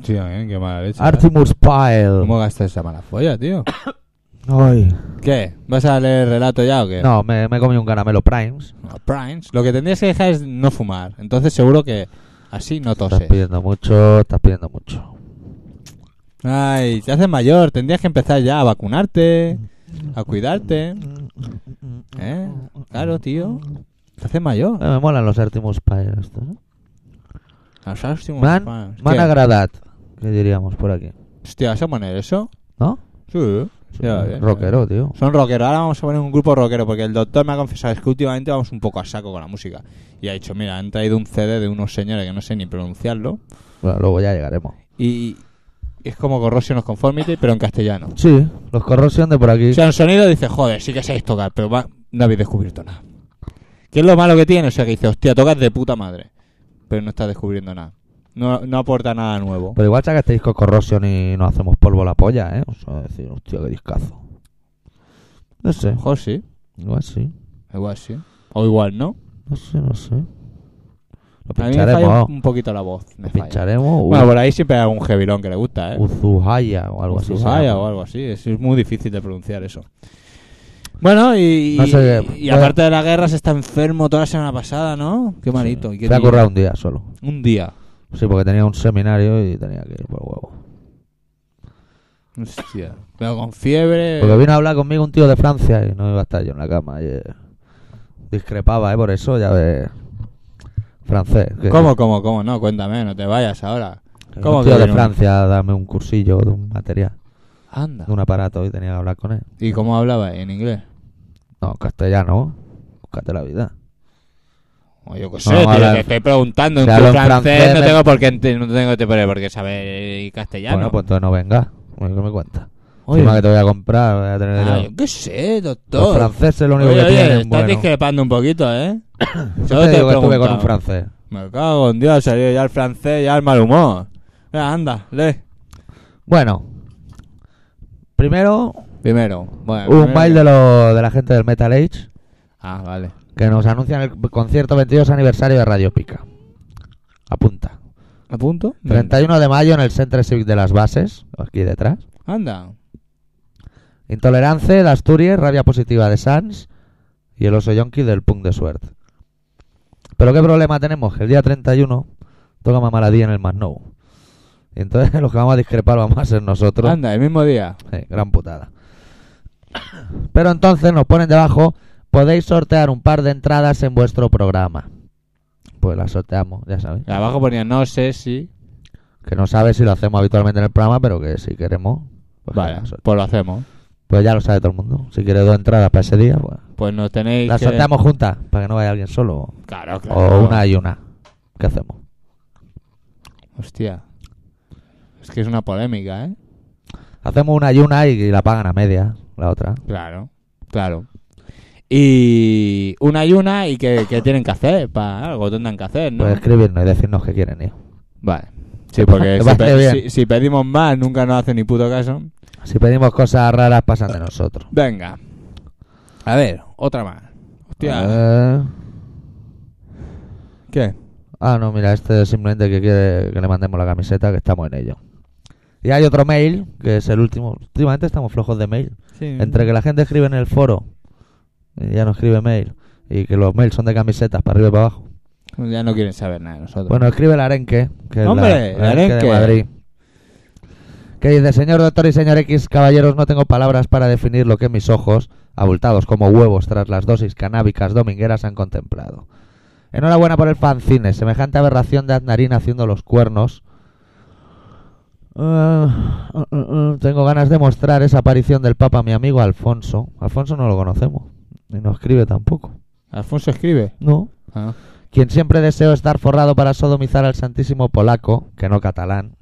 [SPEAKER 1] Tío, ¿eh? qué mala leche. eh.
[SPEAKER 2] Artemus Pyle.
[SPEAKER 1] ¿Cómo gastas esa mala folla, tío?
[SPEAKER 2] Ay.
[SPEAKER 1] ¿Qué? ¿Vas a leer relato ya o qué?
[SPEAKER 2] No, me, me comí un caramelo Primes.
[SPEAKER 1] No, Primes. Lo que tendrías que dejar es no fumar. Entonces seguro que así no
[SPEAKER 2] Estás
[SPEAKER 1] toses.
[SPEAKER 2] pidiendo mucho, estás pidiendo mucho.
[SPEAKER 1] Ay, te haces mayor. Tendrías que empezar ya a vacunarte, a cuidarte. ¿Eh? Claro, tío. Te haces mayor.
[SPEAKER 2] Eh, me molan los Artemus Pyle. estos, ¿eh?
[SPEAKER 1] Los últimos
[SPEAKER 2] Man,
[SPEAKER 1] fans.
[SPEAKER 2] man
[SPEAKER 1] ¿Qué?
[SPEAKER 2] agradat, que diríamos por aquí.
[SPEAKER 1] Hostia, ¿vas a poner eso?
[SPEAKER 2] ¿No?
[SPEAKER 1] Sí. Ya, bien,
[SPEAKER 2] Rockero, tío.
[SPEAKER 1] Son rockeros. Ahora vamos a poner un grupo rockero porque el doctor me ha confesado es que últimamente vamos un poco a saco con la música. Y ha dicho, mira, han traído un CD de unos señores que no sé ni pronunciarlo.
[SPEAKER 2] Bueno, luego ya llegaremos.
[SPEAKER 1] Y es como Corrosion of Conformity, pero en castellano.
[SPEAKER 2] Sí, los Corrosion de por aquí.
[SPEAKER 1] O sea, en sonido dice, joder, sí que sabéis tocar, pero va- no habéis descubierto nada. ¿Qué es lo malo que tiene? O sea, que dice, hostia, tocas de puta madre. Pero no estás descubriendo nada. No, no aporta nada nuevo.
[SPEAKER 2] Pero igual saca este disco Corrosion y nos hacemos polvo la polla, ¿eh? O sea, decir, hostia, qué discazo. No sé,
[SPEAKER 1] Mejor sí,
[SPEAKER 2] igual sí.
[SPEAKER 1] igual sí. O igual no.
[SPEAKER 2] No sé, no sé. Lo
[SPEAKER 1] A mí me falla
[SPEAKER 2] pincharemos.
[SPEAKER 1] un- un poquito la voz. Me
[SPEAKER 2] Lo
[SPEAKER 1] falla.
[SPEAKER 2] pincharemos.
[SPEAKER 1] Bueno, por ahí siempre hay algún jevilón que le gusta, ¿eh?
[SPEAKER 2] Uzuhaya o algo así. se
[SPEAKER 1] Ushuaia
[SPEAKER 2] llama.
[SPEAKER 1] o algo así. Es, es muy difícil de pronunciar eso. Bueno, y,
[SPEAKER 2] No sé pues- qué-
[SPEAKER 1] y aparte de la guerra, se está enfermo toda la semana pasada, ¿no? Qué malito. y qué
[SPEAKER 2] Se ha
[SPEAKER 1] día.
[SPEAKER 2] currado un día solo.
[SPEAKER 1] Un día.
[SPEAKER 2] Sí, porque tenía un seminario y tenía que ir por huevo.
[SPEAKER 1] Hostia. Pero con fiebre.
[SPEAKER 2] Porque vino a hablar conmigo un tío de Francia y no iba a estar yo en la cama. y, eh, discrepaba, ¿eh? Por eso, ya ves. Francés. que-
[SPEAKER 1] ¿Cómo, cómo, cómo? No, cuéntame, no te vayas ahora.
[SPEAKER 2] que
[SPEAKER 1] cómo
[SPEAKER 2] un
[SPEAKER 1] que
[SPEAKER 2] tío de
[SPEAKER 1] vino?
[SPEAKER 2] Francia a darme un cursillo de un material,
[SPEAKER 1] Anda.
[SPEAKER 2] de un aparato y tenía que hablar con él.
[SPEAKER 1] ¿Y cómo hablaba en inglés?
[SPEAKER 2] No, castellano. Búscate la vida.
[SPEAKER 1] O yo qué
[SPEAKER 2] No,
[SPEAKER 1] sé, tío,
[SPEAKER 2] habla-
[SPEAKER 1] te estoy preguntando. En
[SPEAKER 2] Se habla en
[SPEAKER 1] francés,
[SPEAKER 2] francés,
[SPEAKER 1] no
[SPEAKER 2] me-
[SPEAKER 1] tengo por qué, ente- no tengo que- por qué saber eh, castellano.
[SPEAKER 2] Bueno, pues entonces no venga. Bueno, ¿Qué me cuenta?
[SPEAKER 1] Oye.
[SPEAKER 2] Encima que te voy a comprar, voy a tener
[SPEAKER 1] Ah,
[SPEAKER 2] yo-
[SPEAKER 1] yo qué sé,
[SPEAKER 2] Los
[SPEAKER 1] doctor.
[SPEAKER 2] franceses lo único
[SPEAKER 1] Oye,
[SPEAKER 2] que
[SPEAKER 1] oye,
[SPEAKER 2] tienen,
[SPEAKER 1] estás
[SPEAKER 2] bueno.
[SPEAKER 1] discrepando un poquito, ¿eh?
[SPEAKER 2] Yo
[SPEAKER 1] Solo
[SPEAKER 2] te
[SPEAKER 1] te he
[SPEAKER 2] digo que estuve con
[SPEAKER 1] preguntado.
[SPEAKER 2] un francés.
[SPEAKER 1] Me cago en Dios, salió ya el francés, ya el mal humor. Venga, anda, lee.
[SPEAKER 2] Bueno. Primero,
[SPEAKER 1] Primero. Bueno,
[SPEAKER 2] hubo un
[SPEAKER 1] Ah, primero
[SPEAKER 2] baile
[SPEAKER 1] que-
[SPEAKER 2] de, lo- de la gente del Metal Age.
[SPEAKER 1] Ah, vale.
[SPEAKER 2] que nos anuncian el concierto 22 aniversario de Radio Pica. Apunta.
[SPEAKER 1] ¿A punto?
[SPEAKER 2] 31 de mayo en el Centro Civic de las Bases, aquí detrás.
[SPEAKER 1] Anda.
[SPEAKER 2] Intolerance de Asturias, Rabia Positiva de Sans y el Oso Yonki del Punk de Suerte. Pero qué problema tenemos, que el día 31 toca Mamaladí en el Masnou. Y entonces los que vamos a discrepar vamos a ser nosotros.
[SPEAKER 1] Anda, el mismo día.
[SPEAKER 2] Eh, gran putada. Pero entonces nos ponen debajo, podéis sortear un par de entradas en vuestro programa. Pues las sorteamos, ya sabéis.
[SPEAKER 1] Y abajo ponía no sé si.
[SPEAKER 2] Que no sabe si lo hacemos habitualmente en el programa, pero que si queremos, pues, que
[SPEAKER 1] Vale,
[SPEAKER 2] las sorte-
[SPEAKER 1] pues lo hacemos.
[SPEAKER 2] pues ya lo sabe todo el mundo. Si quiere dos entradas para ese día, pues
[SPEAKER 1] Pues nos tenéis.
[SPEAKER 2] las
[SPEAKER 1] que-
[SPEAKER 2] sorteamos juntas, para que no vaya alguien solo.
[SPEAKER 1] Claro, claro.
[SPEAKER 2] O una y una. ¿Qué hacemos?
[SPEAKER 1] Hostia. Es que es una polémica, ¿eh?
[SPEAKER 2] Hacemos una y una y, y la pagan a media, la otra.
[SPEAKER 1] Claro, claro. Y una y una, ¿y qué, qué tienen que hacer? Para algo tendrán que hacer, ¿no?
[SPEAKER 2] Pues escribirnos y decirnos que quieren ir.
[SPEAKER 1] Vale. Sí, porque
[SPEAKER 2] Me
[SPEAKER 1] si,
[SPEAKER 2] parece
[SPEAKER 1] pe-
[SPEAKER 2] bien.
[SPEAKER 1] si- si pedimos más, nunca nos hacen ni puto caso.
[SPEAKER 2] Si pedimos cosas raras, pasan de nosotros.
[SPEAKER 1] Venga. A ver, otra más. Hostia.
[SPEAKER 2] Eh,
[SPEAKER 1] ¿Qué?
[SPEAKER 2] Ah, no, mira, este es simplemente que quiere que le mandemos la camiseta, que estamos en ello. Y hay otro mail, que es el último. Últimamente estamos flojos de mail.
[SPEAKER 1] Mm.
[SPEAKER 2] Entre que la gente escribe en el foro, y ya no escribe mail, y que los mails son de camisetas, para arriba y para abajo.
[SPEAKER 1] Ya no quieren saber nada de nosotros.
[SPEAKER 2] Bueno, escribe el arenque, que es la-
[SPEAKER 1] ¡Hombre,
[SPEAKER 2] el arenque,
[SPEAKER 1] arenque!
[SPEAKER 2] de Madrid. Que dice, señor doctor y señor X, caballeros, no tengo palabras para definir lo que mis ojos, abultados como huevos tras las dosis canábicas domingueras, han contemplado. Enhorabuena por el fanzine, semejante aberración de Aznarín haciendo los cuernos. Eh, eh, eh, eh, tengo ganas de mostrar esa aparición del Papa a mi amigo Alfonso. Alfonso no lo conocemos, ni nos escribe tampoco.
[SPEAKER 1] Alfonso escribe.
[SPEAKER 2] No,
[SPEAKER 1] Ah,
[SPEAKER 2] quien siempre deseó estar forrado para sodomizar al santísimo polaco, que no catalán.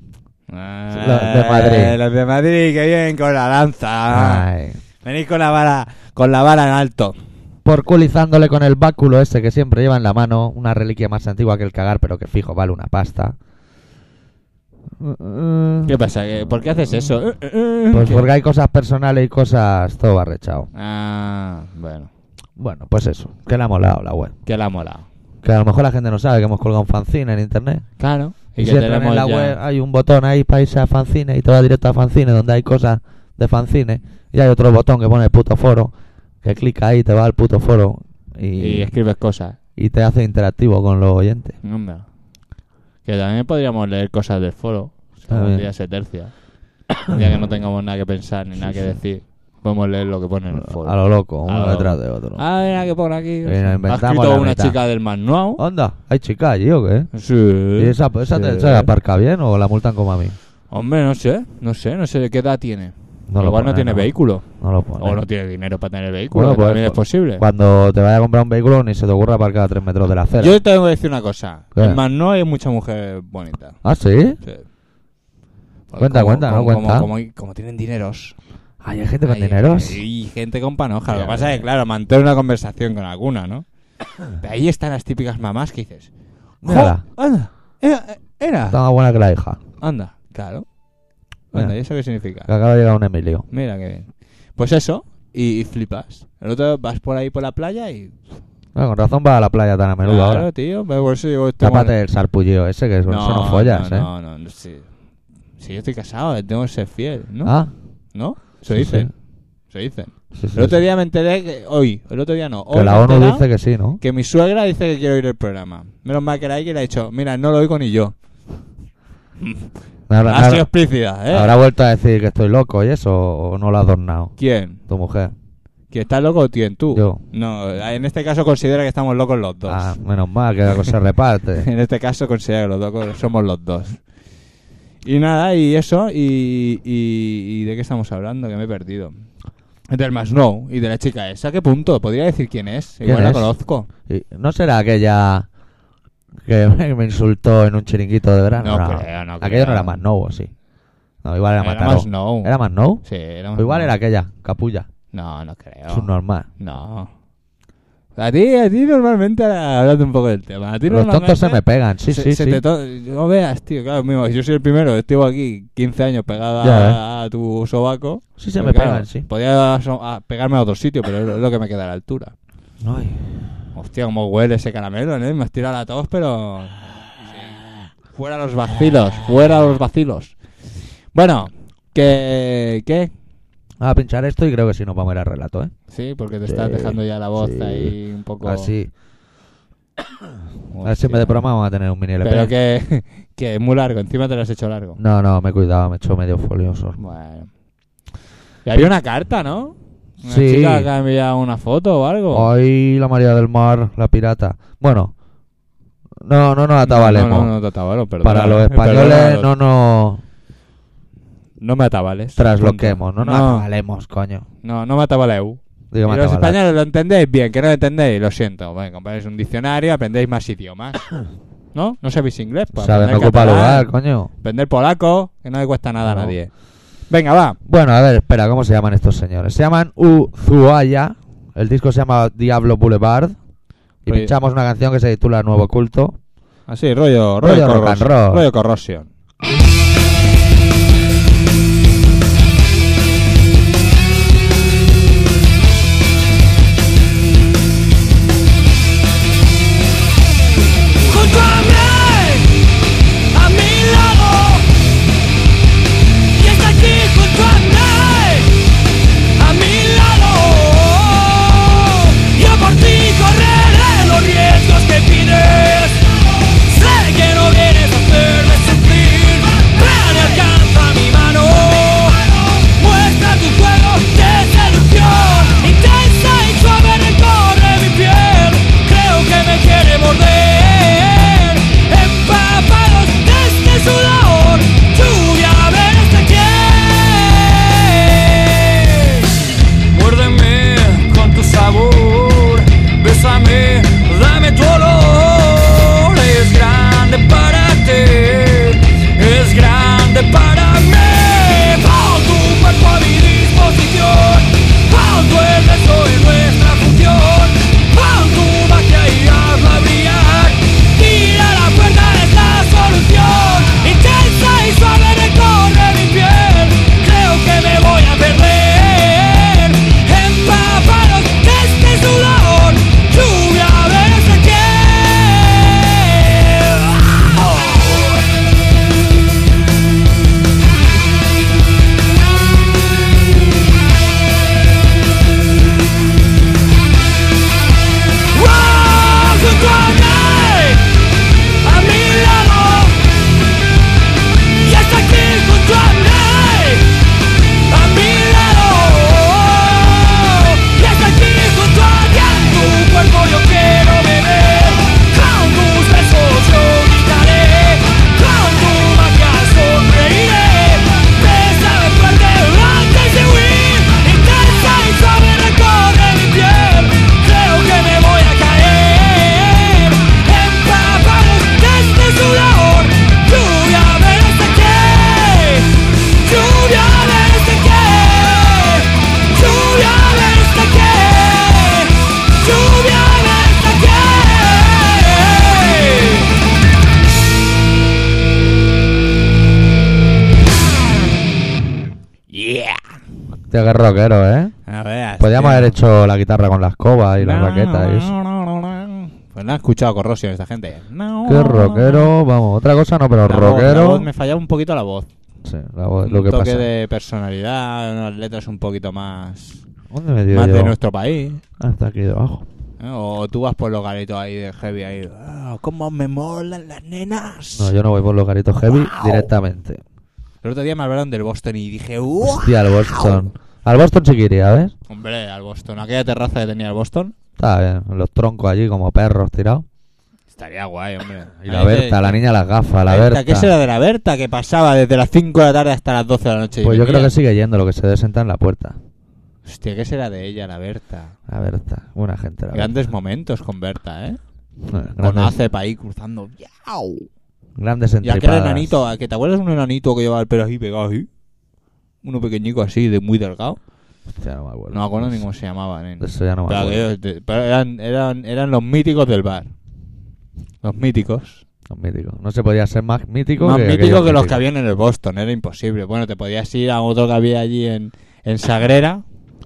[SPEAKER 2] de Madrid.
[SPEAKER 1] Eh, Los de Madrid que vienen con la lanza.
[SPEAKER 2] Ay.
[SPEAKER 1] Venís con la vara, con la vara en alto.
[SPEAKER 2] Porculizándole con el báculo ese que siempre lleva en la mano, una reliquia más antigua que el cagar, pero que fijo vale una pasta.
[SPEAKER 1] ¿Qué pasa? ¿Qué- ¿Por qué haces eso? Eh, eh, eh.
[SPEAKER 2] Pues
[SPEAKER 1] ¿Qué?
[SPEAKER 2] porque hay cosas personales y cosas todo barrechado.
[SPEAKER 1] Ah, bueno.
[SPEAKER 2] Bueno, pues eso, que le ha molado la web.
[SPEAKER 1] Que la ha molado.
[SPEAKER 2] Que a lo mejor la gente no sabe que hemos colgado un fanzine en internet.
[SPEAKER 1] Claro.
[SPEAKER 2] Y, si entran en la web hay un botón ahí para irse a fanzine y te va directo a fanzine donde hay cosas de fanzine. Y hay otro botón que pone puto foro, que clica ahí y te va al puto foro
[SPEAKER 1] y
[SPEAKER 2] y,
[SPEAKER 1] escribes cosas.
[SPEAKER 2] y te hace interactivo con los oyentes.
[SPEAKER 1] Hombre. Que también podríamos leer cosas del foro. Si algún
[SPEAKER 2] También.
[SPEAKER 1] día se tercia. Un día que no tengamos nada que pensar ni nada que decir. Podemos leer lo que pone en el foro.
[SPEAKER 2] A lo loco,
[SPEAKER 1] A
[SPEAKER 2] uno
[SPEAKER 1] lo
[SPEAKER 2] detrás de otro.
[SPEAKER 1] Ah, mira que por aquí.
[SPEAKER 2] Y nos
[SPEAKER 1] Ha
[SPEAKER 2] Eh, inventamos
[SPEAKER 1] escrito
[SPEAKER 2] la
[SPEAKER 1] una
[SPEAKER 2] mitad. Oh.
[SPEAKER 1] chica del Manuao.
[SPEAKER 2] Onda, hay chica allí o qué?
[SPEAKER 1] Sí.
[SPEAKER 2] ¿Y esa, esa te-
[SPEAKER 1] Sí.
[SPEAKER 2] se aparca bien o la multan como a mí?
[SPEAKER 1] Hombre, no sé. No sé, no sé de qué edad tiene.
[SPEAKER 2] No lo
[SPEAKER 1] Igual no
[SPEAKER 2] pone,
[SPEAKER 1] tiene
[SPEAKER 2] no.
[SPEAKER 1] vehículo.
[SPEAKER 2] No lo pone.
[SPEAKER 1] O no tiene dinero para tener vehículo.
[SPEAKER 2] Bueno,
[SPEAKER 1] que
[SPEAKER 2] pues,
[SPEAKER 1] también es posible.
[SPEAKER 2] Cuando te vayas a comprar un vehículo ni se te ocurra aparcar a 3 metros de la acera.
[SPEAKER 1] Yo te tengo que decir una cosa.
[SPEAKER 2] ¿Qué?
[SPEAKER 1] En Manuao hay mucha mujer bonita.
[SPEAKER 2] ¿Ah, sí?
[SPEAKER 1] Sí.
[SPEAKER 2] Cuenta, cuenta, no
[SPEAKER 1] Pues como-
[SPEAKER 2] cuenta.
[SPEAKER 1] Como, como tienen dineros.
[SPEAKER 2] Ay, hay gente con
[SPEAKER 1] Hay-
[SPEAKER 2] dineros.
[SPEAKER 1] Y gente con panoja. Lo que
[SPEAKER 2] Ya,
[SPEAKER 1] pasa
[SPEAKER 2] ya.
[SPEAKER 1] es que, claro, mantener una conversación con alguna, ¿no? Pero ahí están las típicas mamás que dices... "Jo,
[SPEAKER 2] Mírala.
[SPEAKER 1] ¡Anda! ¡Era!
[SPEAKER 2] Está
[SPEAKER 1] era.
[SPEAKER 2] más Ah. buena que la hija.
[SPEAKER 1] ¡Anda! Claro. Anda,
[SPEAKER 2] Mira.
[SPEAKER 1] ¿y eso qué significa?
[SPEAKER 2] Que acaba de llegar un Emilio.
[SPEAKER 1] Mira qué bien. Pues eso, y, y flipas. El otro vas por ahí por la playa y.
[SPEAKER 2] Bueno, con razón va a la playa tan a menudo
[SPEAKER 1] Claro,
[SPEAKER 2] ahora.
[SPEAKER 1] tío. pero Por eso digo, este
[SPEAKER 2] Tápate
[SPEAKER 1] hombre-
[SPEAKER 2] el sarpullido ese, que eso no, no follas,
[SPEAKER 1] no,
[SPEAKER 2] ¿eh?
[SPEAKER 1] No, no, no, sí. Si yo estoy casado, tengo que ser fiel, ¿no?
[SPEAKER 2] Ah,
[SPEAKER 1] ¿No? Se
[SPEAKER 2] Sí,
[SPEAKER 1] dicen. Se dicen.
[SPEAKER 2] sí, sí,
[SPEAKER 1] El otro
[SPEAKER 2] sí.
[SPEAKER 1] día ¿oh, me enteré que. Hoy, el otro día no. Hoy
[SPEAKER 2] Que
[SPEAKER 1] me he
[SPEAKER 2] la ONU
[SPEAKER 1] enterado
[SPEAKER 2] dice que sí, ¿no?
[SPEAKER 1] que mi suegra dice que quiero oír el programa. Menos mal que la hay que le ha dicho, mira, no lo oigo ni yo.
[SPEAKER 2] Ahora-
[SPEAKER 1] Ha sido
[SPEAKER 2] ahora-
[SPEAKER 1] explícita, Ah, ¿eh?
[SPEAKER 2] Habrá vuelto a decir que estoy loco y eso, o no lo ha adornado
[SPEAKER 1] ¿Quién?
[SPEAKER 2] tu mujer.
[SPEAKER 1] ¿Que estás loco o quién? ¿Tú?
[SPEAKER 2] Yo.
[SPEAKER 1] No, en este caso considera que estamos locos los dos.
[SPEAKER 2] Ah, menos mal que la cosa reparte.
[SPEAKER 1] En este caso considera que los dos somos los dos. Y nada, y eso, y, y, y de qué estamos hablando, que me he perdido. Del más no, y de la chica esa, ¿qué punto? ¿Podría decir quién es?
[SPEAKER 2] ¿Quién
[SPEAKER 1] Igual la
[SPEAKER 2] es?
[SPEAKER 1] conozco.
[SPEAKER 2] Y- ¿No será aquella que me me insultó en un chiringuito de verano?
[SPEAKER 1] No creo, no
[SPEAKER 2] Aquella
[SPEAKER 1] creo.
[SPEAKER 2] Ah, no era más no, ¿o sí. No, igual era, Mataró.
[SPEAKER 1] más no.
[SPEAKER 2] ¿Era más no?
[SPEAKER 1] Sí, era
[SPEAKER 2] O
[SPEAKER 1] más
[SPEAKER 2] igual
[SPEAKER 1] no.
[SPEAKER 2] era aquella, capulla,
[SPEAKER 1] No, no creo.
[SPEAKER 2] subnormal.
[SPEAKER 1] No. A ti, a ti normalmente, ahora hablando un poco del tema, a ti
[SPEAKER 2] Los
[SPEAKER 1] normalmente
[SPEAKER 2] tontos se me pegan, sí,
[SPEAKER 1] se-
[SPEAKER 2] sí,
[SPEAKER 1] se
[SPEAKER 2] sí.
[SPEAKER 1] te to- no veas, tío, claro, mismo, yo soy el primero, estuve aquí 15 años pegada
[SPEAKER 2] Ya,
[SPEAKER 1] a tu sobaco.
[SPEAKER 2] Sí, se
[SPEAKER 1] Pero
[SPEAKER 2] me
[SPEAKER 1] claro,
[SPEAKER 2] pegan, sí.
[SPEAKER 1] Podía aso- a- pegarme a otro sitio, pero es lo que me queda a la altura.
[SPEAKER 2] Ay.
[SPEAKER 1] Hostia, cómo huele ese caramelo, ¿eh? Me has tirado la tos, pero... Fuera los vacilos, fuera los vacilos. Bueno, que... ¿Qué?
[SPEAKER 2] Vamos a pinchar esto y creo que sí nos vamos a ir al relato, ¿eh?
[SPEAKER 1] Sí, porque te
[SPEAKER 2] Sí,
[SPEAKER 1] estás dejando ya la voz
[SPEAKER 2] sí. Ah,
[SPEAKER 1] ahí un poco...
[SPEAKER 2] Así,
[SPEAKER 1] Hostia.
[SPEAKER 2] a ver si en vez Ah, de programa vamos a tener un mini LP.
[SPEAKER 1] oh, Pero que, que es muy largo, encima te lo has hecho largo.
[SPEAKER 2] No, no, me he cuidado, me he hecho medio folioso.
[SPEAKER 1] Bueno. Y había una carta, ¿no? Una
[SPEAKER 2] Sí.
[SPEAKER 1] chica que ha enviado una foto o algo.
[SPEAKER 2] Ay, la María del Mar, la pirata. Bueno, no, no nos atabalemos.
[SPEAKER 1] No, no, no eh, te atabalo, perdona.
[SPEAKER 2] Para los
[SPEAKER 1] Perdona,
[SPEAKER 2] españoles
[SPEAKER 1] los-
[SPEAKER 2] no nos
[SPEAKER 1] No me atabales.
[SPEAKER 2] trasloquemos, no nos
[SPEAKER 1] No.
[SPEAKER 2] atabalemos, coño.
[SPEAKER 1] No, no me atabaleu. Y
[SPEAKER 2] Digo, me
[SPEAKER 1] los
[SPEAKER 2] atabalas.
[SPEAKER 1] españoles lo entendéis bien, que no lo entendéis, lo siento. Bueno, compráis un diccionario, aprendéis más idiomas. ¿No? ¿No sabéis inglés? Pues
[SPEAKER 2] Saben
[SPEAKER 1] aprender
[SPEAKER 2] ocupar
[SPEAKER 1] catalán,
[SPEAKER 2] lugar, coño.
[SPEAKER 1] Aprender polaco, que no le cuesta nada
[SPEAKER 2] No.
[SPEAKER 1] a nadie. Venga, va.
[SPEAKER 2] Bueno, a ver, espera, ¿cómo se llaman estos señores? Se llaman Uzuaya. El disco se llama Diablo Boulevard. Y
[SPEAKER 1] Oye.
[SPEAKER 2] pinchamos una canción que se titula Nuevo Culto.
[SPEAKER 1] Así, rollo, rollo,
[SPEAKER 2] Rollo rock and
[SPEAKER 1] corros-
[SPEAKER 2] roll.
[SPEAKER 1] rollo corrosión.
[SPEAKER 3] Junto a mí, a mi lado Y está aquí junto a mí, a mi lado Yo por ti correré los riesgos que pides Sé que no vienes a hacerme sentir este este este este este
[SPEAKER 2] Hostia, qué rockero, ¿eh?
[SPEAKER 5] A ver,
[SPEAKER 2] Podríamos
[SPEAKER 5] hostia.
[SPEAKER 2] haber hecho la guitarra con la escoba y la
[SPEAKER 5] No,
[SPEAKER 2] raqueta. y eso.
[SPEAKER 5] no, no, no, no. Pues no he escuchado corrosión esta gente. No,
[SPEAKER 2] Qué
[SPEAKER 5] no,
[SPEAKER 2] rockero, vamos, otra cosa no, pero
[SPEAKER 5] La voz, la
[SPEAKER 2] rockero.
[SPEAKER 5] voz, me fallaba un poquito la voz.
[SPEAKER 2] Sí, la voz,
[SPEAKER 5] un
[SPEAKER 2] lo que
[SPEAKER 5] toque
[SPEAKER 2] pasa.
[SPEAKER 5] de personalidad, unas letras un poquito más,
[SPEAKER 2] ¿Dónde me dio
[SPEAKER 5] más
[SPEAKER 2] yo?
[SPEAKER 5] de nuestro país.
[SPEAKER 2] Ah, está aquí debajo.
[SPEAKER 5] ¿eh? O tú vas por los garitos ahí de heavy ahí. "Ah, ¿Cómo me molan las nenas?
[SPEAKER 2] No, yo no voy por los garitos heavy directamente.
[SPEAKER 5] El otro día me hablaron del Boston y dije, ¡Uah!
[SPEAKER 2] Hostia, al Boston. Al Boston sí que iría, ¿ves?
[SPEAKER 5] Hombre, al Boston. Aquella terraza que tenía el Boston.
[SPEAKER 2] Está bien, los troncos allí como perros tirados.
[SPEAKER 5] Estaría guay, hombre.
[SPEAKER 2] Y la Berta, la niña las gafas, la Berta.
[SPEAKER 5] ¿Qué será de la Berta que pasaba desde las 5 de la tarde hasta las 12 de la noche? y
[SPEAKER 2] Pues yo creo
[SPEAKER 5] venía?
[SPEAKER 2] que sigue yendo, lo que se debe sentar en la puerta.
[SPEAKER 5] Hostia, ¿qué será de ella, la Berta?
[SPEAKER 2] La Berta, buena gente la
[SPEAKER 5] Grandes
[SPEAKER 2] Berta.
[SPEAKER 5] momentos con Berta, ¿eh?
[SPEAKER 2] Eh,
[SPEAKER 5] Con
[SPEAKER 2] Grandes,
[SPEAKER 5] Acep ahí cruzando. ¡Yau!
[SPEAKER 2] grandes
[SPEAKER 5] Y aquel
[SPEAKER 2] entripadas.
[SPEAKER 5] enanito, ¿a que ¿te acuerdas de un enanito que llevaba el pelo así pegado así? Uno pequeñico así, de muy delgado.
[SPEAKER 2] Hostia, no me acuerdo.
[SPEAKER 5] No me acuerdo ni cómo se llamaba, nen.
[SPEAKER 2] De eso ya no me
[SPEAKER 5] Pero
[SPEAKER 2] acuerdo.
[SPEAKER 5] aquellos de- pero eran, eran, eran los míticos del bar. Los míticos.
[SPEAKER 2] Los míticos. No se podía ser más mítico
[SPEAKER 5] Más
[SPEAKER 2] que
[SPEAKER 5] míticos
[SPEAKER 2] aquellos
[SPEAKER 5] que los que
[SPEAKER 2] míticos.
[SPEAKER 5] habían en el Boston, era imposible. Bueno, te podías ir a otro que había allí en, en Sagrera.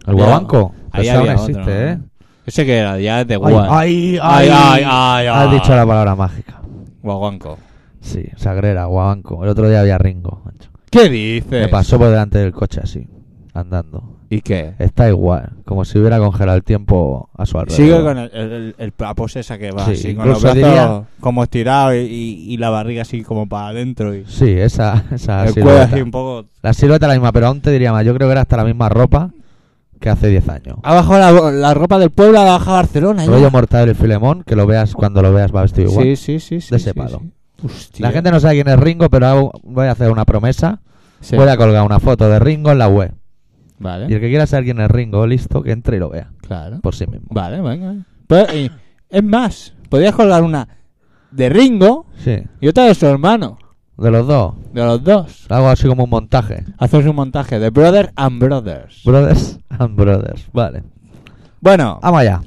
[SPEAKER 2] El guabanco.
[SPEAKER 5] Ahí
[SPEAKER 2] Ese aún
[SPEAKER 5] había
[SPEAKER 2] existe,
[SPEAKER 5] otro.
[SPEAKER 2] ¿eh?
[SPEAKER 5] Ese que era, ya es de
[SPEAKER 2] Ay,
[SPEAKER 5] Guay.
[SPEAKER 2] ay,
[SPEAKER 5] Ay, ay, ay,
[SPEAKER 2] Has
[SPEAKER 5] ay.
[SPEAKER 2] dicho la palabra mágica.
[SPEAKER 5] Guaguanco.
[SPEAKER 2] Sí, Sagrera, Guabanco. El otro día había Ringo. macho.
[SPEAKER 5] ¿Qué dices?
[SPEAKER 2] Me pasó por delante del coche así, andando.
[SPEAKER 5] ¿Y qué?
[SPEAKER 2] Está igual, como si hubiera congelado el tiempo a su alrededor.
[SPEAKER 5] Sigue con el, el, el- el- la pose esa que va
[SPEAKER 2] Sí,
[SPEAKER 5] así, con los
[SPEAKER 2] incluso
[SPEAKER 5] brazos
[SPEAKER 2] diría-
[SPEAKER 5] como estirados y, y- y la barriga así como para adentro y
[SPEAKER 2] Ah, Sí, esa, esa
[SPEAKER 5] el cuello
[SPEAKER 2] silueta.
[SPEAKER 5] así un poco...
[SPEAKER 2] La silueta la misma, pero aún te diría más. Yo creo que era hasta la misma ropa que hace 10 años.
[SPEAKER 5] Ha bajado la, la ropa del pueblo, ha bajado Barcelona. ya.
[SPEAKER 2] Rollo Mortadelo y Filemón, que lo veas cuando lo veas va vestido igual.
[SPEAKER 5] Sí, sí, sí. sí
[SPEAKER 2] De
[SPEAKER 5] sí,
[SPEAKER 2] ese palo.
[SPEAKER 5] sí. Hostia.
[SPEAKER 2] la gente no sabe quién es Ringo, pero hago- voy a hacer una promesa.
[SPEAKER 5] Sí.
[SPEAKER 2] Voy a colgar una foto de Ringo en la web.
[SPEAKER 5] Vale,
[SPEAKER 2] Y el que quiera saber quién es Ringo, listo, que entre y lo vea
[SPEAKER 5] claro.
[SPEAKER 2] por sí mismo.
[SPEAKER 5] Vale, venga. Pero, y- es más, podrías colgar una de Ringo
[SPEAKER 2] Sí,
[SPEAKER 5] y otra de su hermano,
[SPEAKER 2] de los dos.
[SPEAKER 5] de los dos.
[SPEAKER 2] Hago así como un montaje.
[SPEAKER 5] Haces un montaje de Brother and Brothers.
[SPEAKER 2] Brothers and Brothers, vale.
[SPEAKER 5] Bueno,
[SPEAKER 2] Vamos allá.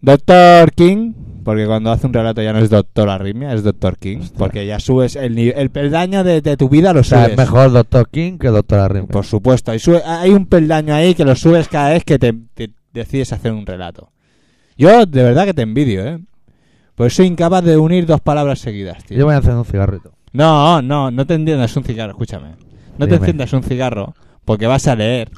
[SPEAKER 5] Doctor King, porque cuando hace un relato ya no es Doctor Arritmia, es Doctor King, porque ya subes el, ni- el peldaño de, de tu vida, lo
[SPEAKER 2] O sea,
[SPEAKER 5] subes.
[SPEAKER 2] es mejor Doctor King que Doctor Arrimia.
[SPEAKER 5] Por supuesto, y sube- hay un peldaño ahí que lo subes cada vez que te, te decides hacer un relato. Yo de verdad que te envidio, ¿eh? Pues soy incapaz de unir dos palabras seguidas, tío.
[SPEAKER 2] Yo voy a encender un cigarrito.
[SPEAKER 5] No, no, no te enciendas un cigarro, escúchame. No te
[SPEAKER 2] Dime.
[SPEAKER 5] enciendas un cigarro porque vas a leer.